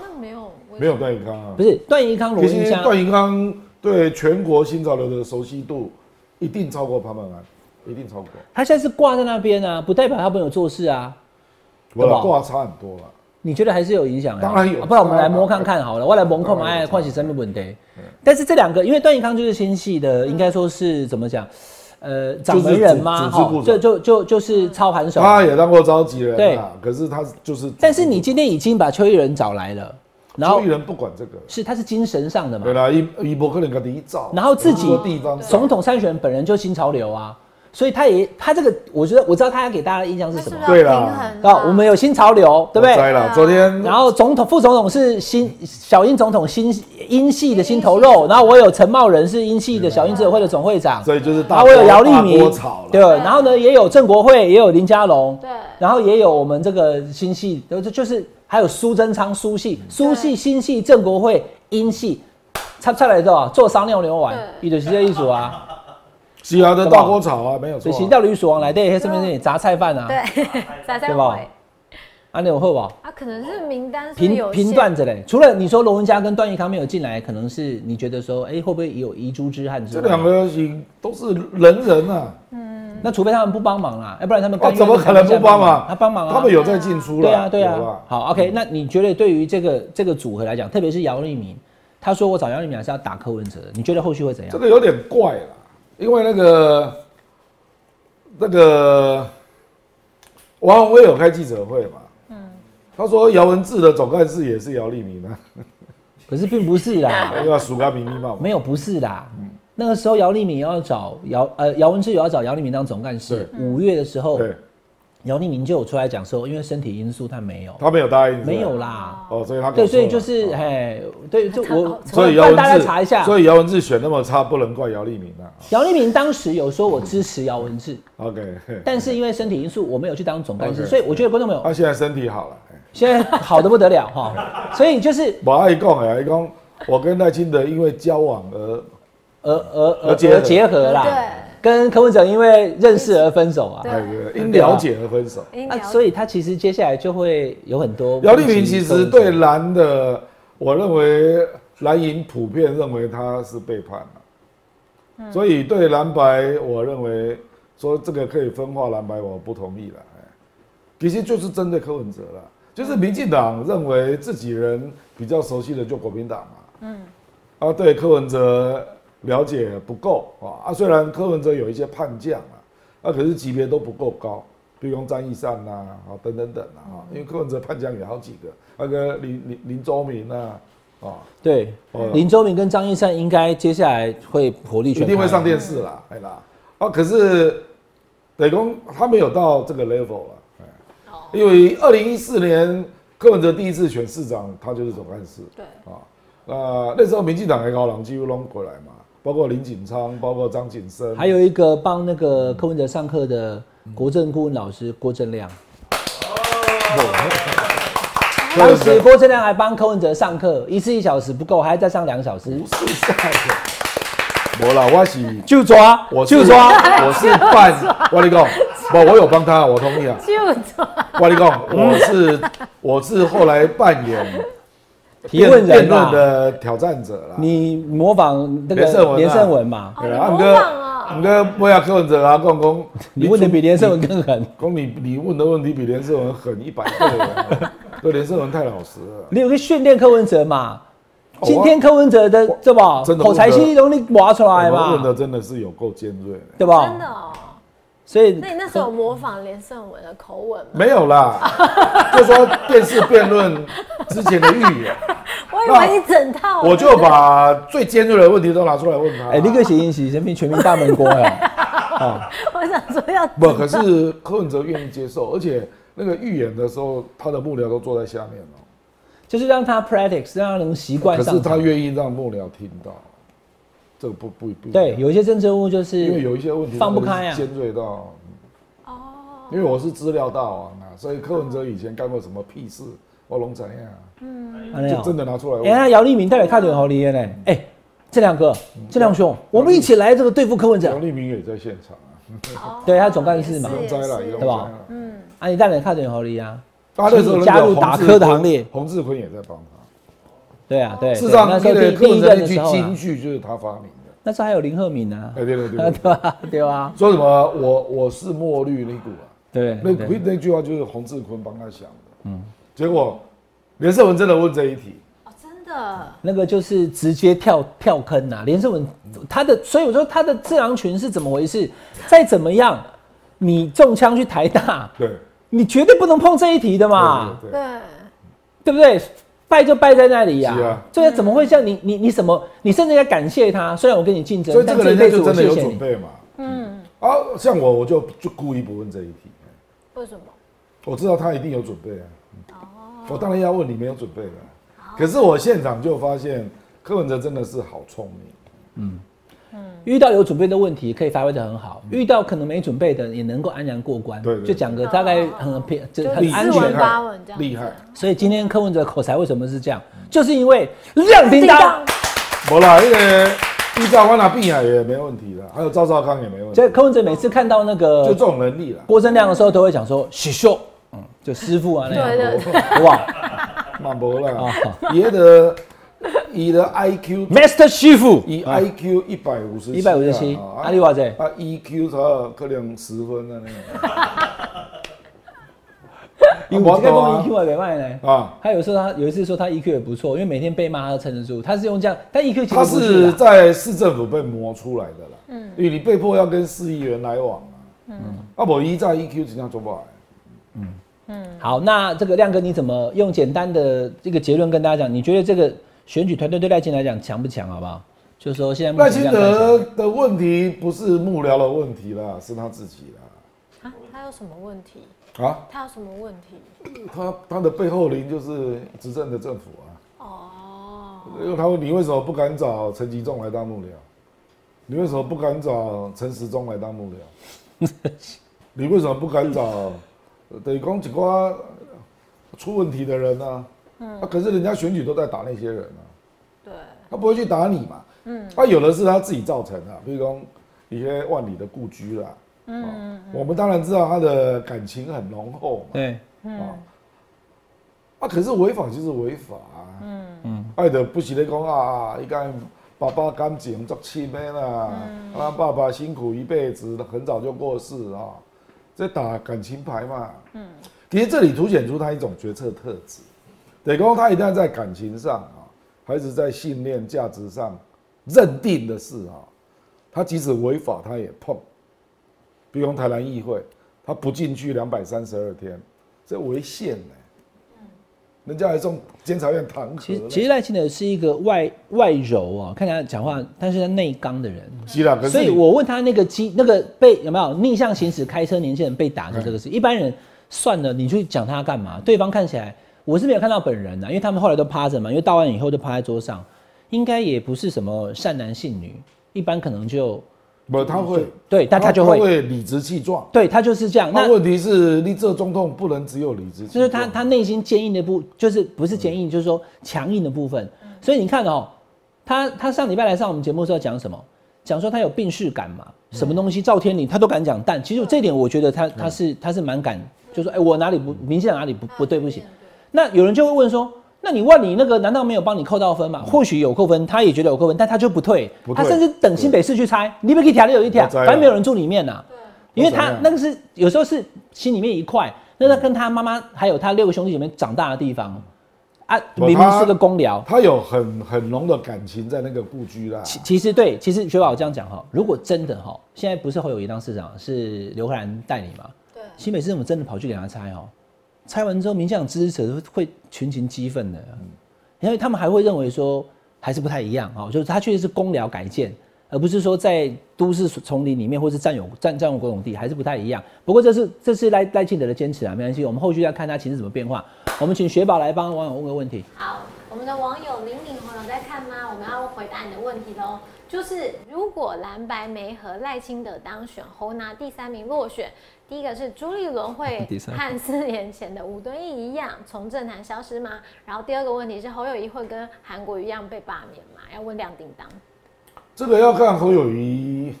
那没有，
没有，段宜康啊
如不。是段宜康、罗
其实
文家，
段宜康对全国新潮流的熟悉度一定超过潘本安，一定超过。
他现在是挂在那边啊，不代表他没有做事啊。
我
对吧
的挂差很多啊了，
你觉得还是有影响的？
当然有
啊不然我们来摸
当然
看看好了。我来蒙控
当然有
哎，唤起生命问题。但是这两个，因为段宜康就是新系
嗯
的，应该说是怎么讲？呃，掌门人嘛，
组织部嗯哎
齁
长
就就就就是操盘手。
他也当过召集人啊，可是他就是，
但是你今天已经把邱毅人找来了，然后
邱毅人不管这个了，
是他是精神上的嘛
对，啦，一一博克林个一照，
然后自己
很多地方
总统参选本人就新潮流啊，所以他也他这个，我觉得我知道他要给大家的印象是
他
什
是不
么
是要，
对啦
平衡
啊，我们有新潮流，对不
摘
对？
了，昨天
然后总统、副总统是新小英总统新英系的新头
英系
肉，然后我有陈茂仁是英系的小英执委会的总会长，
所以就是
然
大
后我有姚立
大
明
锅炒，
对，
了，
然后呢也有郑国会，也有林佳龙，
对
然后也有我们这个新系，就就是还有苏贞昌苏系、苏系、新系、郑国会、英系，插出来之后啊，做商量牛丸，
对
伊就是这一组啊，
西亚的大锅炒啊，没有
所
错
以
啊。
行到旅鼠王来的，那身边是杂菜饭啊，
对，杂菜
对吧
会，
啊，你有喝吧？
啊，可能是名单是
评
有
评
限哎
断着嘞，除了你说罗文佳跟段奕康没有进来，可能是你觉得说，哎、会不会也有遗珠之憾之
这
外？
两个行都是人人啊，
嗯那除非他们不帮忙啦，要、不然他们甘
啊
愿
怎么可能不帮忙？
他帮忙啊，
他们有在进出了，
对啊，对
有嗯
啊。好，OK，那你觉得对于这个这个组合来讲，特别是姚立明，他说我找姚立明还是要打柯文哲的，你觉得后续会怎
这
样？
个有点怪了，因为那个那个王宏威有开记者会嘛，嗯，他说姚文智的总干事也是姚立明啊，
可是并不是 啦，
那个苏嘎明密嘛，
没有不是啦。那个时候姚立明也要找姚呃姚文志也要找姚立明当总干事，五月的时候
对，
姚立明就有出来讲说，因为身体因素他没有，
他没有答应，是吧
没有，啦。
哦，所以他搞
对，
错了
所以
哦
就是哎，对，就我
所以姚
让
文
大家
智
查一下，
所以姚文智选那么差，不能怪姚立明啊。
姚立明当时有说我支持姚文志，
OK，
但是因为身体因素我没有去当总干事，
OK
所以我觉得观众朋友
他现在身体好了，哎
现在好的不得了哈，所以就是
我爱讲哎，讲我跟赖清德因为交往而
而而而
而结
而
合
呃结合啦，
对，
跟柯文哲因为认识而分手啊，
那个因了解而分手。
因
啊，
了
所以他其实接下来就会有很多
姚立明其
攻击
实
柯
对
文哲
蓝的，我认为蓝营普遍认为他是背叛了，所以对蓝白，我认为说这个可以分化蓝白，我不同意了。哎其实就是针对柯文哲了，就是民进党认为自己人比较熟悉的就国民党嘛，嗯，啊，对柯文哲了解不够啊，啊，虽然柯文哲有一些叛将啊，啊，可是级别都不够高，比如说张义善呐、啊，啊，等等等啊，啊因为柯文哲叛将有好几个，那个林林林周明啊，啊，
对
哦
林周明跟张一山应该接下来会火力全
一
开
定会上电视啦，哎啦，啊，可是等于讲他没有到这个 level 了，哎因为二零一四年柯文哲第一次选市长，他就是总干事，
对
啊，那那时候民进党的高朗几乎拢过来嘛，包括林锦昌，包括张景生，
还有一个帮那个柯文哲上课的国政顾问老师郭正亮，当时郭正亮还帮柯文哲上课，一次一小时不够，还要再上两小时
不，是下的， 没啦，我是
就抓
我 是
就抓，
我是办，我 跟你讲，不，我有帮他，我同意啊。
就 这
我跟 你讲，
嗯
我是我是后来扮演
提问
辩
人
论
嘛，
的挑战者啦。
你模仿那
连胜文
个
啊
连胜文嘛，
哦你
啊
模
哥
仿啊
唔过尾啊，柯文哲啊，讲讲，
你问的比连胜
文，
文更狠。
讲你你问的问题比连胜文狠一百倍 啊！对，连胜文太老实了。
你有去训练柯文哲嘛？
哦
今天柯文哲的
我
这不
真的
口才
问得
犀利能力挖出来
我们问的
嘛？
真的是有够尖锐的，
对吧
真？的哦。
所以
那你那时候有模仿连胜文的口吻吗？
没 有啦，就说电视辩论之前的预言，
我以为一整套。
我就把最尖锐的问题都拿出来问他。
哦哎，你个谐音是人民全民大闷锅哎，
我想说要
不，可是柯文哲愿意接受，而且那个预演的时候，他的幕僚都坐在下面哦、
就是让他 practice，让他能习惯
可是
上
他
场。
愿意让幕僚听到，这个不不不一样
对，有一些政治人物就
因为有
是
一些问题
放不开啊
他就是尖锐到哦。
哦
因为我是资料大王啊，所以柯文哲以前干过什么屁事，我拢怎样，
安尼
就
哦
真的拿出来
哎，那
问。
姚立明代表看点好厉害嘞。哎，这两个，
嗯
这两兄，我们一起来这个对付柯文
杨
哲。
立明也在现场啊，
对他总干事嘛
龙
哦也是
灾了，
也是嗯
龙
对
灾
吧
了。
啊，你代表看点好厉啊。
他那时候
加入打科的行列
洪志坤也在帮他。
对啊，对。
哦事实
对
上，
那
那
时候
个
第
柯
第
文
一
哲
任
那
的
句
时候啊，
金句就是他发明的。
那时候还有林鹤敏啊，
哎，对对对
对
对，
吧？对啊，
说什么我我是墨绿那股啊，
对。
那
对
那那句话就是洪志坤帮他想的。嗯，结果连胜文真的问这一题，
哦，真的
那个就是直接跳跳坑呐、连胜文他的，所以我说他的智囊群是怎么回事？再怎么样，你中枪去台大，
对，
你绝对不能碰这一题的嘛，
对对对，
对。
对不对？败就败在那里呀、
是啊
这个怎么会这样？你你你什么？你甚至要感谢他，虽然我跟你竞争，
所以这个
但
人
这一辈
家
子
就
我
真的
谢
有
谢
准
你。
备嘛。嗯，啊，像我我就就故意不问这一题，
为什么？
我知道他一定有准备啊。
哦
我当然要问你没有准备了，啊可是我现场就发现柯文哲真的是好聪明。
遇到有准备的问题，可以发挥的很好；遇到可能没准备的，也能够安然过关。
对对对
就讲个大概很偏，就
就
很
理
安
智
全
文。八文这样子
厉害。
所以今天柯文哲口才为什么是这样？就是因为亮叮当。
无啦，那个依照我那病海也没问题啦，还有赵少康也没问题
所以，柯文哲每次看到那
就
个
这种能力啦。
郭正亮的时候，都会讲说“许秀”，嗯，就师傅啊那
对
样，
对对，
好不好
嘛无
哦
啦，爷的伊的 IQ
？Master 师傅，
伊 IQ 一百五十
157
啊
啊你多少
啊 EQ 他可能十分啊那
有
种。我
这个
懂
东
啊
西 EQ 还没卖呢。
啊，
他有时候他有一次说他 EQ 也不错，因为每天被骂他撑得住，他是用这样，但 EQ 其
他
实不
是
是啊的。
在市政府被磨出来的啦，嗯，因为你被迫要跟市议员来往啊，嗯，啊无依照 EQ 怎样做不来？
好，那这个亮哥你怎么用简单的这个结论跟大家讲？你觉得这个选举团队对赖清德来讲强不强？好不好？就是说现在目
赖
前
清
这样看起来
德的问题不是幕僚的问题啦，是他自己
啊，他有什么问题？
啦，啊。
他有什么问题？
他他的背后灵就是执政的政府啊。
哦，
因为他问你为什么不敢找陈吉仲来当幕僚？你为什么不敢找陈时中来当幕僚？你为什么不敢找？等于讲一寡出问题的人呢、啊？啊可是人家选举都在打那些人啊，
对，
他不会去打你嘛。嗯，他有的是他自己造成的、啊比如讲一些万里的故居啦。嗯我们当然知道他的感情很浓厚嘛。
对
啊，啊，可是违法就是违法、啊，嗯嗯，爱的不是咧讲啊，伊讲爸爸感情作亲的啦，啊，爸爸辛苦一辈子，很早就过世啊，这打感情牌嘛，嗯，其实这里凸显出他一种决策特质，得讲他一旦在感情上啊，还是在信念价值上认定的事啊，他即使违法他也碰，比如说台南议会，他不进去两百三十二天。这违宪呢、人家还送监察院弹
其实
劾
其
呢。
实赖清德是一个外外柔啊，看起来讲话，但是他内刚的人。
是啦，可
所
是
以
你
我问他那个机那个被有没有逆向行驶开车年轻人被打是这个事，一般人算了，你去讲他干嘛？对方看起来我是没有看到本人呐、啊因为他们后来都趴着嘛，因为到案以后就趴在桌上，应该也不是什么善男信女，一般可能就
不他会，
对，但他就
哦他
会
会理直气壮。
对他就是这样。那
那问题是，你这中痛不能只有理直气
就是
壮，
他他内心坚硬的部，就是不是坚硬，就是说强硬的部分。所以你看哦，他他上礼拜来上我们节目的时候讲什么？讲说他有病逝感嘛，什么东西赵天麟他都敢讲，但其实这一点我觉得他他是他是蛮敢，就说哎、我哪里不明显哪里不不对不起。那有人就会问说，那你问你那个难道没有帮你扣到分吗？或许有扣分，他也觉得有扣分，但他就不退，
不退
他甚至等新北市去拆，你别去挑，你有一挑，
我知啊
反正没有人住里面呐、因为
我知
他
啊
那个是有时候是心里面一块，那他跟他妈妈还有他六个兄弟姐妹长大的地方啊，
不
明明
他
是个公寮，
他有很很浓的感情在那个故居啦。
其其实对，其实学宝这样讲哈，如果真的哈，现在不是侯友谊当市长，是刘慧兰代理嘛？
对，
新北市政府真的跑去给他拆哦，拆完之后，民进党支持者会群情激愤的，因为他们还会认为说还是不太一样哦，就是他确实是公寮改建，而不是说在都市丛林里面或是占有占占有国有地，还是不太一样。不过这是这是赖赖清德的坚持啊，没关系，我们后续再看他情势怎么变化。我们请雪宝来帮网友问个问题。
好，我们的网友林敏红有在看吗？我们要回答你的问题喽。就是如果蓝白梅和赖清德当选，侯拿第三名落选，第一个是朱立伦会
第三名
和四年前的吴敦义一样从政坛消失吗？然后第二个问题是侯友谊会跟韩国瑜一样被罢免吗？要问亮叮当。
这个要看侯友谊，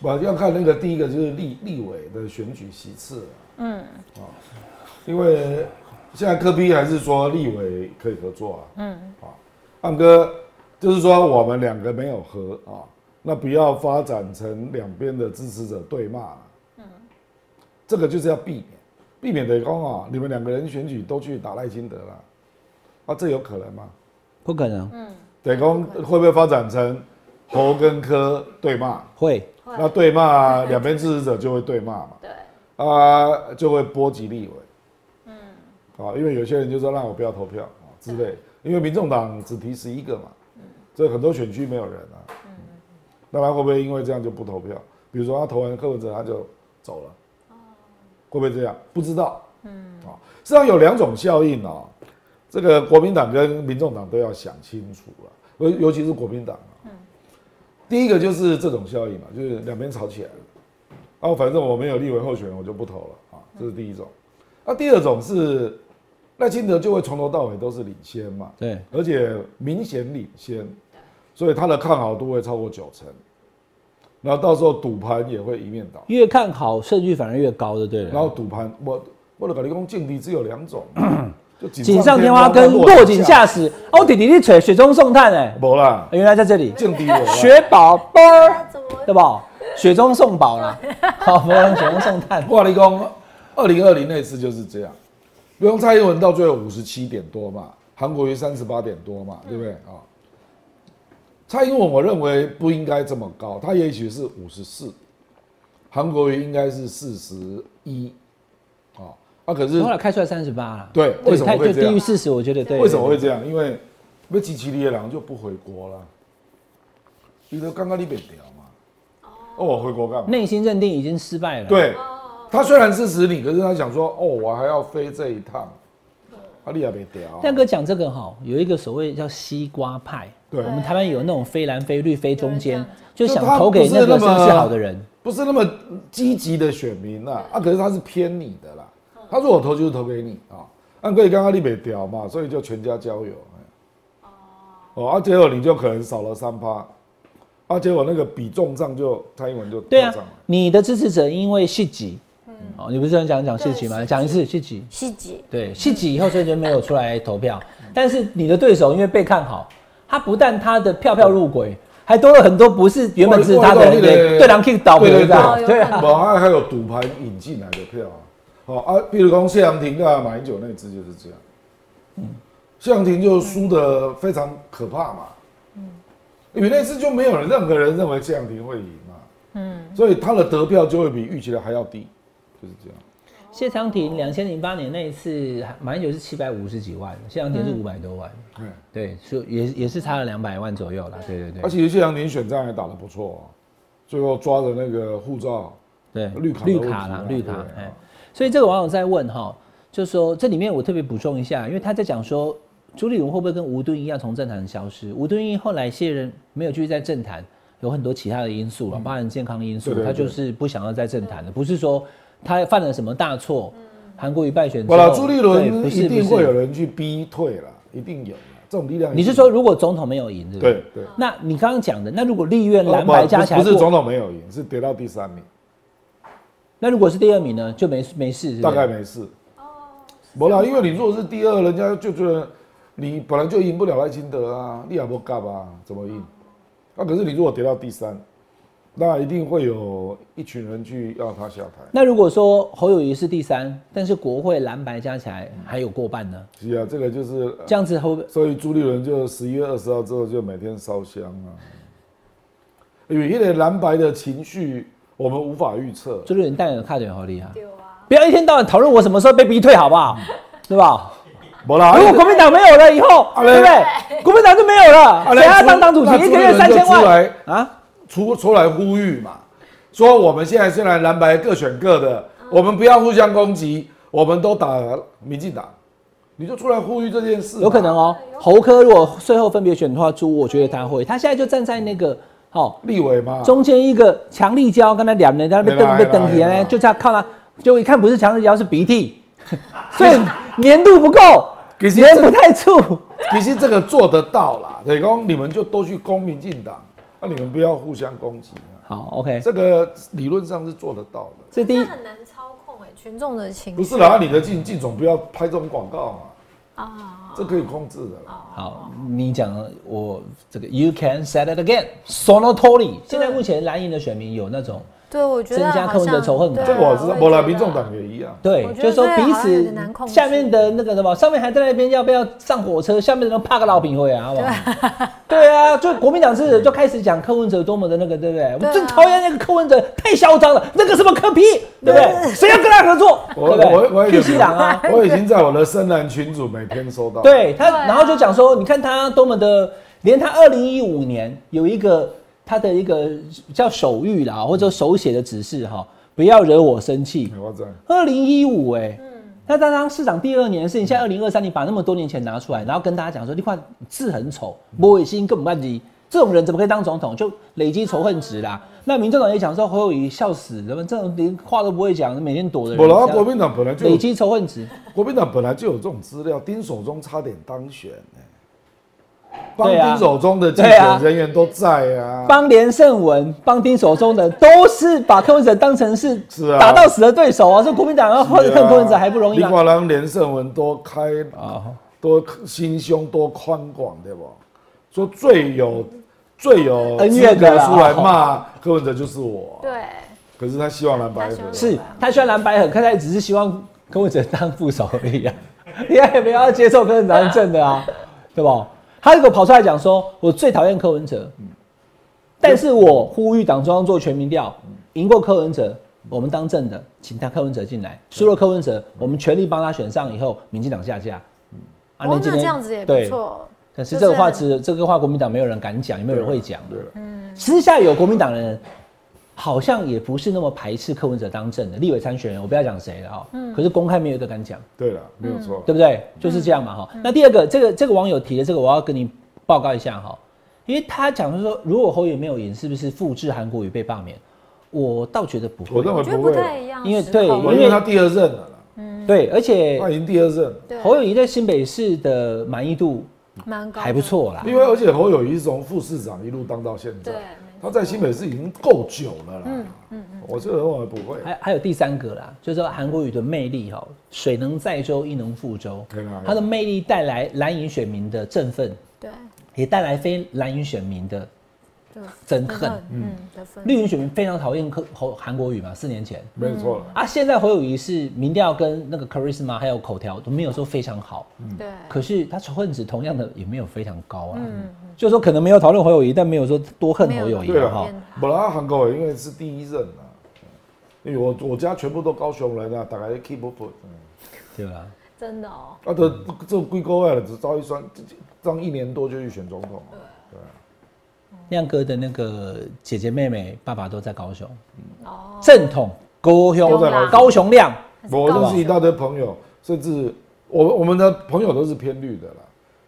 我要看那个第一个就是立立委的选举席次了。嗯，啊，因为现在柯批还是说立委可以合作啊。嗯，啊，按哥就是说我们两个没有合啊，那不要发展成两边的支持者对骂了。嗯，这个就是要避免，避免的讲啊，你们两个人选举都去打赖清德了，啊，这有可能吗？
不可能，
等于说会不会发展成侯跟柯对骂？
会
会
那对骂两边支持者就会对骂嘛，
对，
啊，就会波及立委，嗯，啊，因为有些人就说让我不要投票啊之类，因为民众党只提十一个嘛，所以很多选区没有人啊，那他会不会因为这样就不投票？比如说他投完柯文哲他就走了，会不会这样？不知道，哦嗯，啊，实际上有两种效应啊，这个国民党跟民众党都要想清楚了、尤尤其是国民党啊，第一个就是这种效应嘛，就是两边吵起来了。哦，反正我没有立委候选人，我就不投了啊，这是第一种。那、第二种是赖清德就会从头到尾都是领先嘛，
对。
而且明显领先，所以他的看好度会超过九成，然后到时候赌盘也会一面倒，
越看好胜率反而越高，对不对了？
然后赌盘我我的搞理工境地只有两种，就
锦上添花跟落井下石。哦，弟弟你吹雪中送炭哎，
没啦，
原来在这里，
境地 有啦
雪宝啵儿，
怎么
对不？雪中送宝啦，好，不能雪中送炭。
我跟你讲，二零二零那次就是这样，比如蔡英文到最后五十七点多嘛，韩国瑜三十八点多
嗯
嘛，对不对啊、蔡英文我认为不应该这么高，他也许是五十四，韩国瑜应该是四十一，啊，啊可是
后来开出来三十八了，
对为什么
太
会
就
这样
低于四十，我觉得对。
为什么会这样？因为被集齐的人就不回国了，你都刚刚你别掉嘛，哦我回国干嘛？
内心认定已经失败了？，
对，他虽然支持你，可是他想说，哦，我还要飞这一趟，啊阿丽亚别屌。
亮哥讲这个哈，有一个所谓叫西瓜派，
对
我们台湾有那种非蓝非绿非中
有
间
人这样，
就想投给那个是不是好的人？
不是那么积极的选民啦，啊，可是他是偏你的啦，他说我投就是投给你啊，按规刚刚你别屌嘛，所以就全家交友，哎哦，啊，结果你就可能少了三趴，啊，结果那个比重上就蔡英文就
对
跳
啊
上来，
你的支持者因为续集，哦，你不是想讲讲续集吗？讲一次续集。嗯
西吉
对，戏挤以后所以就没有出来投票。但是你的对手因为被看好，他不但他的票票入轨，还多了很多不是原本支持他的人
对对对
给对狼 kick 倒霉
对对
的，对啊，
无，还还有赌盘引进来的票啊。好啊，比如讲谢阳婷啊、马英九那一支就是这样。谢阳婷就输得非常可怕嘛。因为那次就没有人任何人认为谢阳婷会赢嘛。所以他的得票就会比预期的还要低，就是这样。
谢长廷两千零八年那一次，马英九是七百五十几万，谢长廷是五百多万，
对，
对，所以也也是差了两百万左右啦。对对对，
而且谢阳婷选战还打得不错、哦，最后抓着那个护照。
对
绿卡的
绿
问
卡
题
啦
嘛，
绿
对
卡
啊，
哎，所以这个网友在问哈，就说这里面我特别补充一下，因为他在讲说朱立伦会不会跟吴敦义一样从政坛消失？吴敦义后来卸任，没有继续在政坛，有很多其他的因素了，包含健康因素，
嗯对对
他就
对
是不想要在政坛了，不是说他犯了什么大错。嗯韩国瑜败选之
不了，
后，
嗯朱立
对
伦
不
一
是不
定会有
是，
人去逼退了，一定有啦这种力量一定有。
你是说如果总统没有赢，对不
对？对。
那你刚刚讲的，那如果立院
呃
蓝
不
白加起来
不是不是
过
总，统没有赢，是跌到第三名，
那如果是第二名呢，就没没事，是不是
大概没事。没啦，因为你如果是第二，人家就觉得你本来就赢不了赖清德啊，你也不干啊，怎么赢？啊，可是你如果跌到第三，那一定会有一群人去要他下台。
那如果说侯友谊是第三，但是国会蓝白加起来还有过半呢，
是啊，这个就是，
这样子侯
所以朱立伦就十一月二十号之后就每天烧香啊，因为一点蓝白的情绪我们无法预测。
朱立伦戴尔看起来好厉害，
对啊，
不要一天到晚讨论我什么时候被逼退，好不 好？对吧？
没啦，
如果国民党没有了以后，对不对？国民党就没有了，谁要当党主席？
那
一个月
朱立伦
三
就
千
出
万
来
啊？
出出来呼吁嘛，说我们现在虽然蓝白各选各
嗯
的，我们不要互相攻击，我们都打民进党，你就出来呼吁这件事嘛，
有可能哦。侯科如果最后分别选的话，朱我觉得他会，他现在就站在那个哦
立委嘛，
中间一个强力胶，跟他两人在那边
没啦
瞪被瞪
没啦
起
没
来，
啦
就这样靠他，就一看不是强力胶是鼻 涕，所以粘度不够，
其实
粘
这
不太住。
其实这个做得到啦，等于说你们就都去攻民进党，那、你们不要互相攻击啊、
好，OK，
这个理论上是做得到的。
这第
这
一
很难操控哎、群众的情绪
不是啦，你的进进总不要拍这种广告嘛，
啊，
这可以控制的
哦
啦。
好，你讲了我这个 You can say it again, Sonotoli。现在目前蓝营的选民有那种
对，我觉得
增加
好
柯文哲
像
仇恨感
对啊
这个我知道，
也
我啦，
觉
民众
得
党也一样。
对
我，
就
觉得
是说
这个
彼
好像有点难控
此
制
下面的那个什么，上面还在那边要不要上火车，下面的人怕个老饼会啊，好不好？ 对啊，就国民党是就开始讲柯文哲多么的那个，对不对？
对啊
我最讨厌那个柯文哲太嚣张了，那个什么柯批，对不对？谁要跟他合作？
我
对不
我我
对？
也
必须党 啊，
我已经在我的深蓝群组每天收到。
对他，
对啊
然后就讲说，你看他多么的，连他二零一五年有一个他的一个叫手谕啦，或者手写的指示哈，不要惹我生气。
哎我在
二零一五哎，那他当市长第二年的事
嗯
情，现在二零二三，你把那么多年前拿出来，然后跟大家讲说，你看字很丑，摸野心根本不及，这种人怎么可以当总统？就累积仇恨值啦。那民众党也讲说，侯友宜笑死，怎么这种连话都不会讲，每天躲着
我
人，
啦，
这样
国民党本来就
累积仇恨值。
国民党本来就有这种资料，丁守中差点当选欸帮
对啊
丁守中的竞
对啊
选人员都在啊，
帮连胜文、帮丁守中的都是把柯文哲当成是
是啊
打到死的对手啊，说国民党要
是
恨
啊
恨柯文哲还不容易
你
吗？
看人连胜文多开
啊，
多心胸多宽广，对不？说最有最有
恩怨的
资
啦
格出来骂柯文哲就是我，
对，
啊
可是他希望蓝白合
他希望
是他虽然蓝白很，可是他也只是希望柯文哲当副手而已啊， 你也没有要接受柯文哲当正的啊，对吧？他如果跑出来讲说，我最讨厌柯文哲，但是我呼吁党中央做全民调，赢过柯文哲，我们当正的，请他柯文哲进来；输了柯文哲，我们全力帮他选上以后，民进党下架。啊
哦，
那
那
今
这
天
样子也不
对
错。
但是这个话
就是
只这个话，国民党没有人敢讲，也没有人会讲。
对了，
私下有国民党的人，好像也不是那么排斥柯文哲当政的立委参选人，我不要讲谁了哈、可是公开没有一个敢讲，
对了，没有错
对。不对？就是这样嘛哈、那第二个，这个这个网友提的这个，我要跟你报告一下哈，因为他讲的说，如果侯友宜没有赢，是不是复制韩国瑜被罢免？我倒觉得不
我
会，
认为
我觉得
不
不
会，
太一样，
因为
时
对
空
我因为他第二任了啦，
对，而且
他已经第二任了。
对
侯友宜在新北市的满意度
蛮高的，
还不错啦。
因为而且侯友谊是从副市长一路当到现在，
对
他在新北市已经够久了啦。嗯嗯我是认为不会，
还还有第三个啦，就是说韩国语的魅力哈、水能载舟，亦能覆舟
对啊。
它的魅力带来蓝营选民的振奋，
对，
也带来非蓝营选民的
就
憎
很
恨
恨。，嗯的分，
绿营选民非常讨厌柯侯韩国语嘛，四年前
没有错了。
啊，现在侯友谊是民调跟那个 charisma 还有口条都没有说非常好，
对，
可是他仇恨值同样的也没有非常高啊。就是说可能没有讨论侯友谊，但没有说多恨侯友谊啊
对
嘛
啊了
哈
哈。，本来韩国瑜因为是第一任啊，因为我我家全部都高雄人啊，大概 keep 不住。
对吧？
真的哦，
啊，这这归国外了，只招一双，张一年多就去选总统了。
亮哥的那个姐姐妹妹爸爸都在高雄，
哦，
正统高雄
都在高雄
高雄亮，
我认识一大堆朋友，甚至我我们的朋友都是偏绿的啦。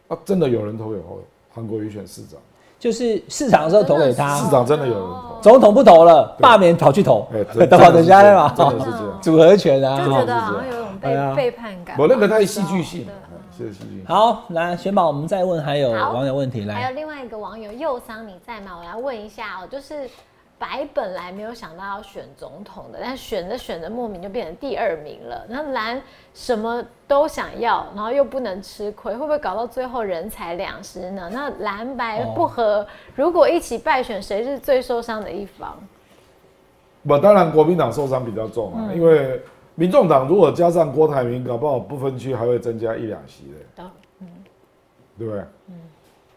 啊，真的有人投给侯韩国瑜选市长，
就是市场的时候投给
啊
他
市，长真的有人投。
总统不投了，罢免跑去投
哎，真的
等好人家
是这样真
嘛，
的是这样。
组合拳
就觉
啊。
得好像有一种
哎
被
呀
背叛感。
我那个太戏剧性了，谢谢戏剧性。
好，来选宝，我们再问还有
好
网友问题
还有
来，
另外一个网友右桑，你在吗？我来问一下哦，就是白本来没有想到要选总统的，但选着选着莫名就变成第二名了。那蓝什么都想要，然后又不能吃亏，会不会搞到最后人财两失呢？那蓝白不合，如果一起败选，谁是最受伤的一方？
不，当然国民党受伤比较重啊，因为民众党如果加上郭台铭，搞不好不分区还会增加一两席的，
都
对不对？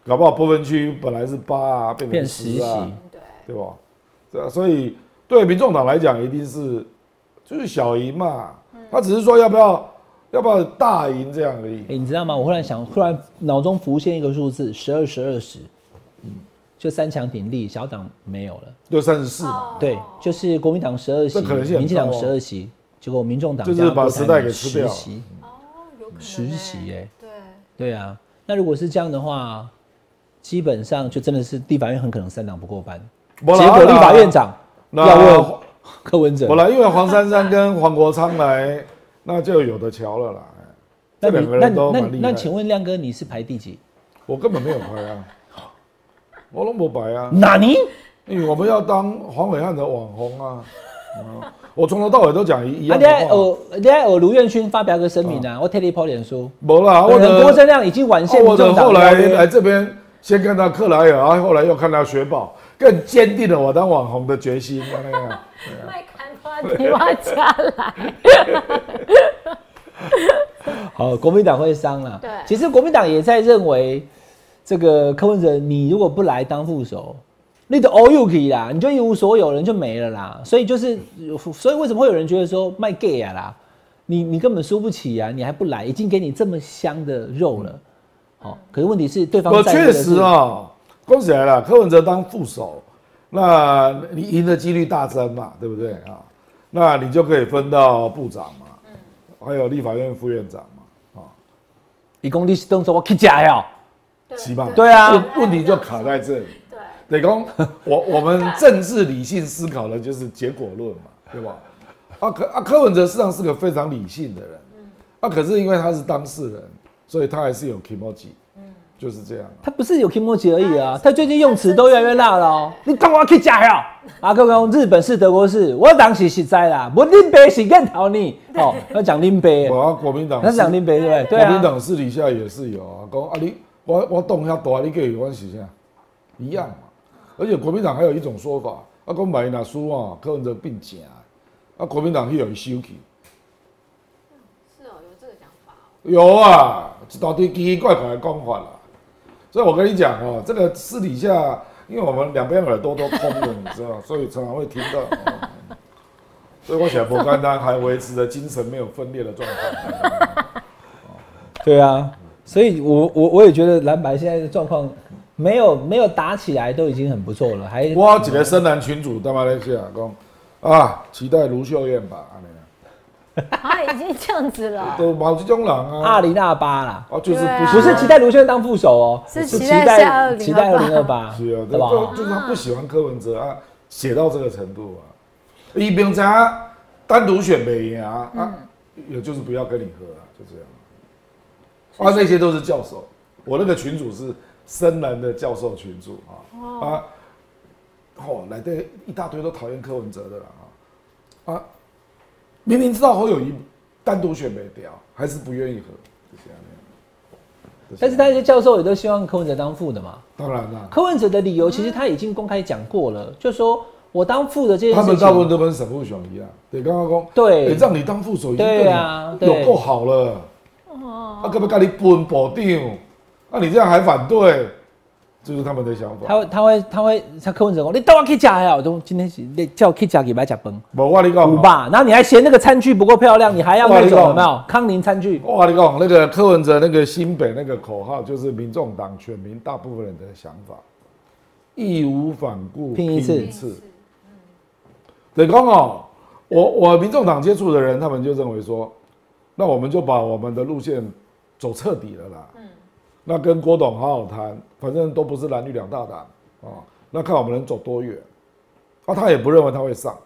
搞不好不分区本来是八啊，变成
变
十
实
啊
习，
对，
对吧？对啊，所以对民众党来讲，一定是就是小赢嘛，他只是说要不要要不要大赢这样而已。
欸你知道吗？我忽然想，忽然脑中浮现一个数字，十二、十二、十，嗯就三强鼎立，小党没有了。
就三十四嘛，
对，就是国民党十二席，
这可能性很高哦
民进党十二席，结果民众党
就是把时代给吃掉了
10席
有可能
实习欸
对，
对啊，那如果是这样的话，基本上就真的是立法院很可能三党不过半，
没
结
啦
果立法院长
那
要问柯文哲
本，啊来因啊为黄珊珊跟黄国昌来，那就有的瞧了啦。哎
那
这
你
两个
那
人都
那
蛮厉害
那请
的。
问亮哥你是排第几？
我根本没有拍啊，我都没摆啊，
哪尼？
因为我们要当黄伟汉的网红啊。嗯我从头到尾都讲一一
啊，
样
你
的
爱
话。
我，你爱我卢彦勋发表个声明啊，我特地抛脸书，
没啦，啊我
本人郭
的啊
正亮已经婉谢
我
民
的
众
后
党邀
来来
约，
这边，先看到克莱尔，啊后来又看到雪宝，更坚定了我当网红的决心。那样
麦啊砍 花提花家来，
好，国民党会伤了。
对
其实国民党也在认为，这个柯文哲，你如果不来当副手，你的 all you 啦，你就一无所有，人就没了啦。所以就是，所以为什么会有人觉得说卖 gay 啊啦，你你根本输不起啊，你还不来，已经给你这么香的肉了。好、可是问题是对方
我
在乎
确
的是
实啊、，恭喜来了，柯文哲当副手，那你赢的几率大增嘛，对不对啊？那你就可以分到部长嘛，
嗯
还有立法院副院长嘛，
以公立动作我去假呀，
对
起码
对啊
问问题就卡在这里。
对，
得公，我 我们政治理性思考的就是结果论嘛，对吧？啊柯啊柯文哲事实上是个非常理性的人，
嗯
啊可是因为他是当事人，所以他还是有 k i m o j i
嗯
就是这样啊。
他不是有 Kimoji 而已啊，他最近用词都越来越辣了、哦。你干嘛去假呀？啊，各位讲日本是德国是，我当时是在啦，我林北是更讨你哦，要讲林 北，
我啊国民党
他
是，
讲林北对不对？对
国民
啊，
党私底下也是有啊，讲啊你我我动遐大，你跟有关系啥？一样嘛。而且国民党还有一种说法，啊讲买那输啊，柯文哲病假，啊国民党去有收去，
是哦，有这个想法哦。
有啊，一大堆奇奇怪怪的讲法啦。所以我跟你讲哦，这个私底下，因为我们两边耳朵都空的，你知道，所以常常会听到。哦所以我想，佛甘丹还维持着精神没有分裂的状态。
对啊，所以我我我也觉得蓝白现在的状况没有没有打起来都已经很不错了，还
我有一个深蓝群主他妈在写讲啊，期待卢秀燕吧，安尼啊
啊，已经这样子了。
都冇这种人啊，
二零二八啦，
啊就是
对
不
啊
不是期待卢轩当副手哦，
是
期
期待下
待
2028
期待二零二八，
是
对
啊，对
吧
吧？？就是他不喜欢柯文哲啊，写到这个程度啊，一平常单独选北赢啊，
嗯
啊，也就是不要跟你合啊，就这样。啊，那些都是教授，我那个群主是深蓝的教授群主啊，啊，哦，来的一大堆都讨厌柯文哲的了啊，啊，明明知道侯友谊单独选北掉，还是不愿意合，就这样。就这样
但是那些教授也都希望柯文哲当副的嘛。
当然啦，
柯文哲的理由其实他已经公开讲过了，就说我当副的这件
他
事
们大部分
情，
都跟沈富雄一样，对，刚刚讲，
对
欸让你当副手已经
对
对
啊
你
对
有够好了，哦，他干嘛跟你分保定？那你这样还反对，这就是他们的想
他
法。
会他会他会他柯文哲说你等我去吃呀，我都今天是你叫我去吃给白吃崩
我我跟你讲
五，吧，然后你还嫌那个餐具不够漂亮，你还要
哇
那
你
种
讲
有没 有康宁餐具？
我跟你讲，那个柯文哲那个新北那个口号，就是民众党选民大部分人的想法，义无反顾
拼一次
等于讲哦，我我民众党接触的人，他们就认为说，那我们就把我们的路线走彻底了啦。嗯，那跟郭董好好谈，反正都不是蓝绿两大党啊、那看我们能走多远。啊，他也不认为他会上，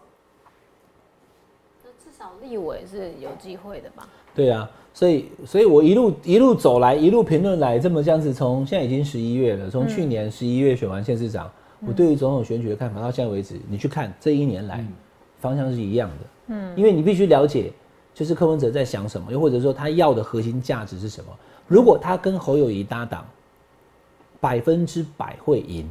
那至少立委是有机会的吧？
对啊，所以所以我一路一路走来，一路评论来，这么这样子，从现在已经十一月了，从去年十一月选完县市长，我对于总统选举的看法到现在为止，你去看这一年来、方向是一样的。嗯，因为你必须了解，就是柯文哲在想什么，又或者说他要的核心价值是什么。如果他跟侯友谊搭档，百分之百会赢，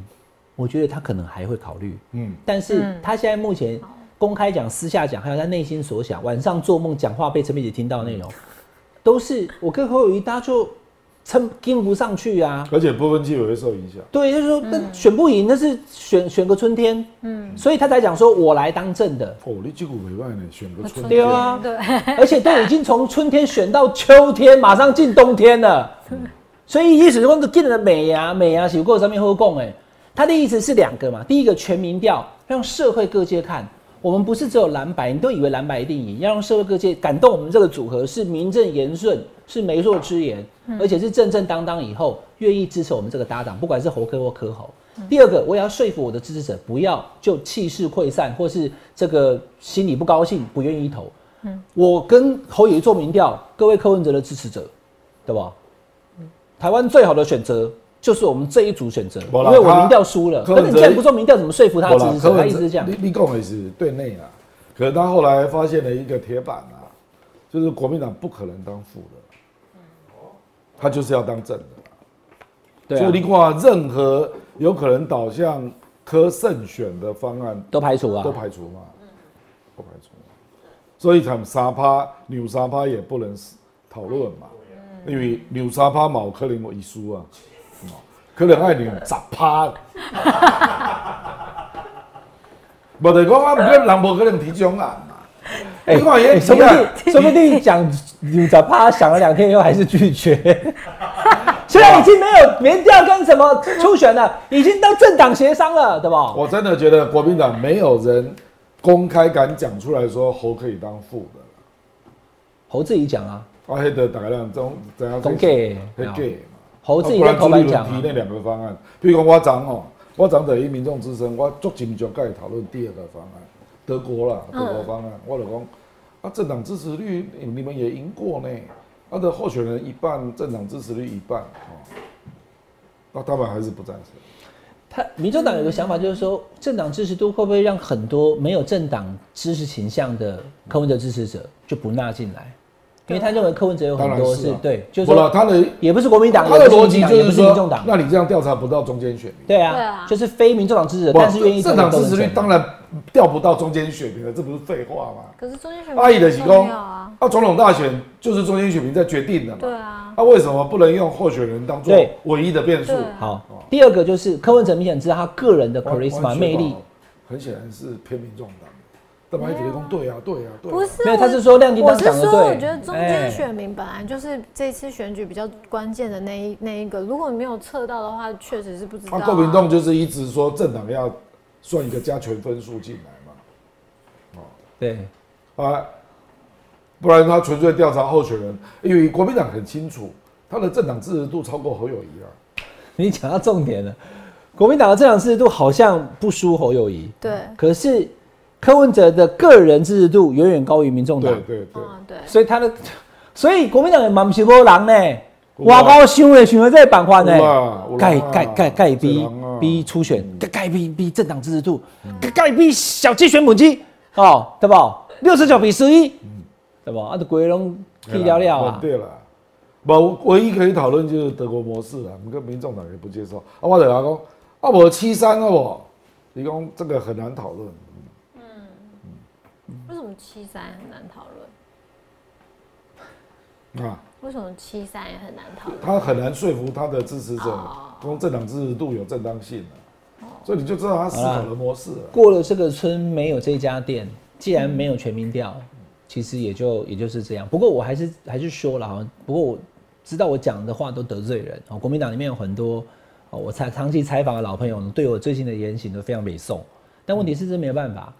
我觉得他可能还会考虑。
嗯，
但是
嗯
他现在目前公开讲、私下讲，还有他内心所想，晚上做梦讲话被陈佩琪听到的内容，都是我跟侯友谊搭就撑跟不上去啊。
而且不分区也会受影响。
对，就是说，那选不赢，那是选选个春天，嗯，所以他才讲说，我来当政的，
哦，你这股没办呢，选个春
对
天。
啊，
对，
而且都已经从春天选到秋天，马上进冬天了，所以意思是说，进了美啊美啊，有够上面会供哎，他的意思是两个嘛，第一个全民调，让社会各界看。我们不是只有蓝白，你都以为蓝白一定赢，要让社会各界感动我们这个组合是名正言顺，是媒妁之言，而且是正正当当以后愿意支持我们这个搭档，不管是侯科或柯侯。第二个，我也要说服我的支持者不要就气势溃散，或是这个心里不高兴，不愿意投。我跟侯友宜做民调，各位柯文哲的支持者，对吧？台湾最好的选择就是我们这一组选择，
没
因
啦
为我
他
民调输了。
柯
可
文
是你
哲
既然不做民调，怎么说服他
好
的支
啦
持，
柯
者？他
文
一直
哲
是这样
你。你讲的是对内啦，可是他后来发现了一个铁板啊，就是国民党不可能当副的，他就是要当正的。
对
所以你
啊，
看，任何有可能导向柯胜选的方案
都排除啊，
都排除嘛，都排除嘛。所以他们沙趴、扭沙趴也不能讨论嘛，
嗯
因为扭沙趴嘛，有可能有遗书啊，嗯可能爱扭十趴。 无就讲啊，唔可能人无可能提种案嘛。
哎
你看也
说不定， 说不定讲你咋怕想了两天以后还是拒绝。 现在已经没有民调跟什么初选了，已经到政党协商了，对吧？
我真的觉得国民党没有人公开敢讲出来说侯可以当副的啦。
侯自己讲啊，
啊，黑的大概两种怎样？
总给
会 gay 嘛？
侯自己在头版讲
啊不
啊
然朱立伦提那两个方案，譬如讲我长哦，我长等于民众之声，我足尽足跟伊讨论第二个方案，德国啦，德国方案，我就讲啊，政党支持率你你们也赢过呢，他的候选人一半，政党支持率一半哦，那他们还是不赞成。
他民众党有个想法，就是说政党支持度会不会让很多没有政党支持倾向的柯文哲支持者就不纳进来？因为他认为柯文哲有
啊当
很
然
多
是
是
啊
对，就是
不
说
了，他的
也不是国民党，
他的
也不
逻
是
辑
民进党也
就是
不是民众
说，
党，
那你这样调查不到中间选民。
对啊，
对啊
就是非民众党支持者，
不
但是愿意
政党支持率当
然
然调不到中间选民了，这不是废话吗？
可是中间选民
阿姨的提
很
供
重要啊，，
那总统大选就是中间选民在决定的嘛。
对啊，
那为什么不能用候选人当做
对
唯一的变数啊
对？啊
好。
哦
第二个就是柯文哲明显知道他个人的
完
charisma 魅，
完
力
全，很显然是偏民众党。但白铁公对啊，对啊，对啊。
不是，
没有
我
他是说亮晶
我
晶
是
讲的
说，
对
我觉得中
哎
间选民本来就是这次选举比较关键的那一那一个，如果你没有测到的话，确实是不知道、
啊，
啊。
郭民栋就是一直说政党要算一个加权分数进来
对，
嘛，啊，不然他纯粹调查候选人，因为国民党很清楚，他的政党支持度超过侯友谊啊。
你讲到重点了。国民党的政党支持度好像不输侯友谊，
对，
可是柯文哲的个人支持度远远高于民众党
对，对对，
嗯，对，
所以他的，所以国民党也蛮不是个人呢，
有啊
挖高想的想的这个板块
有啊
呢，
有啊
盖盖盖盖
有
逼
啊
逼初选，盖盖逼逼政党支持度，
嗯
盖盖逼小鸡选母鸡，哦，对不？六十九比十一，对不？啊，都鬼拢去了了啊，
嗯对了，无唯一可以讨论就是德国模式啊，我们跟民众党也不接受。啊，我就讲讲，啊，无七三啊，无，你讲这个很难讨论。
为什么七三很难讨论？
啊，
为什么七三也很难讨论？
他很难说服他的支持者
哦，
公政党支持度有正当性啊，所以你就知道他思考的模式啊了。
过了这个村没有这家店，既然没有全民调，其实也就也就是这样。不过我还是还是说了哈，不过我知道我讲的话都得罪人哦。国民党里面有很多哦，我采长期采访的老朋友对我最近的言行都非常北宋。但问题是这没有办法，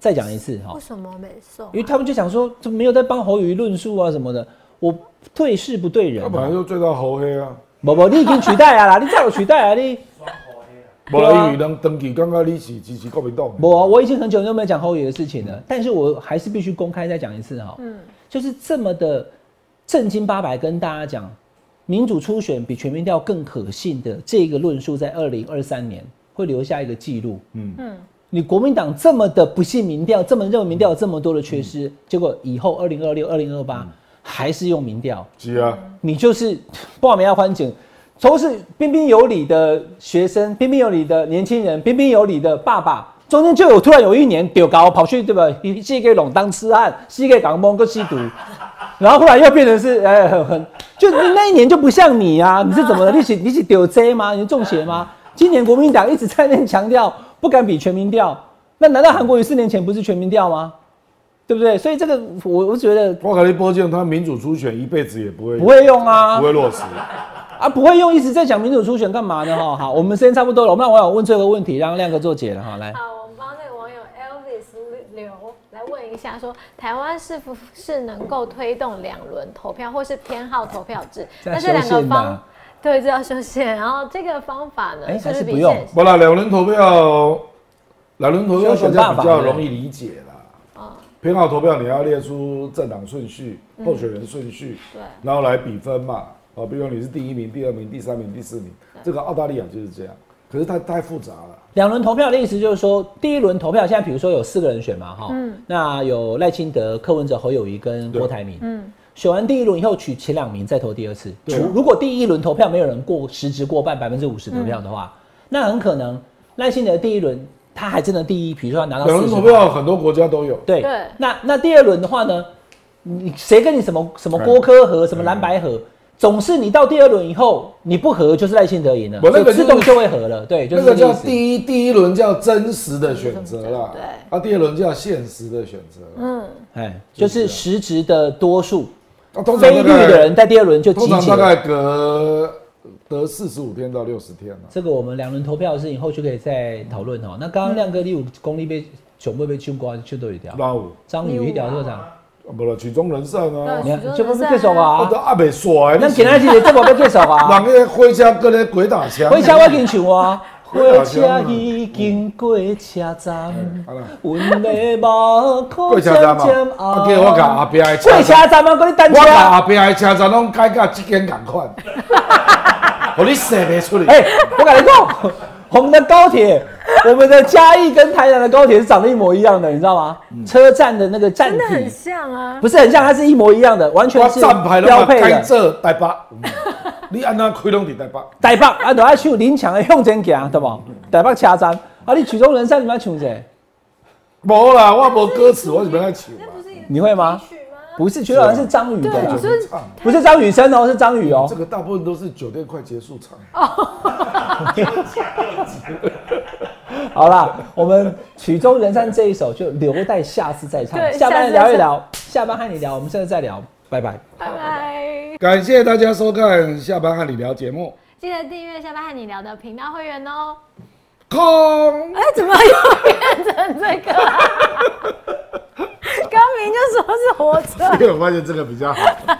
再讲一次哈
为，什么美送
因为？他们就想说这没有在帮侯友宜论述啊什么的，我对事不对人
他。本来就追到侯黑啊，
不不，你已经取代啊啦，你再有取代啊你。
无啦，因为人登记刚刚你是支持国民党的，
我我已经很久都没有讲侯友宜的事情了，但是我还是必须公开再讲一次哈、嗯，就是这么的正经八百跟大家讲，民主初选比全民调更可信的这个论述，在二零二三年会留下一个记录。
嗯
你国民党这么的不信民调，这么认为民调有这么多的缺失，结果以后二零二六、二零二八还是用民调，
是啊，
你就是报名要欢景，都是彬彬有礼的学生，彬彬有礼的年轻人，彬彬有礼的爸爸。中间就有突然有一年丢高跑去对吧？是给垄当痴汉，是给港蒙个吸毒， 然后后来又变成是哎很很，就那一年就不像你啊！你是怎么了？你是你是丢 J 吗？你是中邪吗？今年国民党一直在那边强调不敢比全民调，那难道韩国瑜四年前不是全民调吗？对不对？所以这个我我觉得
我跟你保证，他民主初选一辈子也不会
不会用啊
不，会落实。
啊，不会用，一直在讲民主初选干嘛呢？哈，好，我们时间差不多了，我们让网友问最后一个问题，让亮哥做解了哈，来，
好，我们帮那个网友 Elvis 刘来问一下说台湾是不是能够推动两轮投票或是偏好投票制？
这
那
要
这两
修
个
宪
方
吧
对，这要修宪。然后这个方法呢，
哎
是
还是
比
不用
现
不啦，两轮投票，两轮投票大家比较容易理解
哦
啦。偏好投票你要列出政党顺序、候选人顺序，
嗯对
然后来比分嘛。啊，比如你是第一名、第二名、第三名、第四名，这个澳大利亚就是这样。可是它太复杂了，
两轮投票的意思就是说，第一轮投票现在比如说有四个人选嘛，哈，那有赖清德、柯文哲、侯友谊跟郭台铭，嗯，选完第一轮以后取前两名再投第二次，
对
除如果第一轮投票没有人过实值过半百分之五十得票的话，那很可能赖清德第一轮他还真的第一，比如说他拿到
两
四十
轮投票很多国家都有。
对，
对
那那第二轮的话呢，你谁跟你什么什么郭科和
嗯
什么蓝白合，总是你到第二轮以后你不合就是赖清德赢了，
不那
就
个就是
自动就会合了，对，就
那
是
个
这个
叫
意思。
第一第一轮叫真实的选择啦，
对
啊，第二轮叫现实的选择。嗯，
哎，就是实质的多数，
啊，通常
非
大
绿
概
的人在第二轮就集
通常
结
大。概隔得四十五天到六十天了、
这个我们两轮投票的事情后续可以再讨论哦。那刚刚亮哥第五公里被全部被去瓜去都一条，
老五，
章鱼一条多少？
不了，曲终人散啊
对，
你看
许多人
这不是
在啊
对手
我
啊
都？阿北耍的，
那
你
给他
人
几这么被对手 啊？
家回家跟那鬼打墙，
火车我已经唱 啊，
火
火
车
车已经过车站，
好了
阮的目
过
眶
车
渐
站嘛
渐，
啊，给我甲阿伯的车
过车
站，
站啊吗？跟你单
我
车
甲。阿伯的车站拢改甲这间同 款，我你说不出
哎
来。，
我跟你讲，我们的高 铁，我们的嘉义跟台南的高铁是长得一模一样的，你知道吗？
嗯
车站的那个站
真的很
体
像啊，
不是很像，它是一模一样的，完
我
全是
站牌
标
拢
配
改
的。
做台北，嗯 你安那开拢伫台北，
台北啊，就爱唱林强的向前行，对不？台北车站啊，你曲终人散，你们要唱一下，
无啦，我无歌词，我是要来唱嘛。
你会吗？不是，曲终人散是章鱼的
对，
啦
你。说
唱
不是张雨生哦，是张宇哦
这。个大部分都是酒店快结束唱。
好啦，我们曲终人散这一首就留待下次再唱，
对
下
下
班
次
聊
再
一聊，下班和你聊，我们下次再聊，拜拜。
拜拜。
感谢大家收看下班和你聊节目，
记得订阅下班和你聊的频道会员哦。
空。
哎，怎么又变成这个、啊？刚明就说是活着。
因为我发现这个比较好。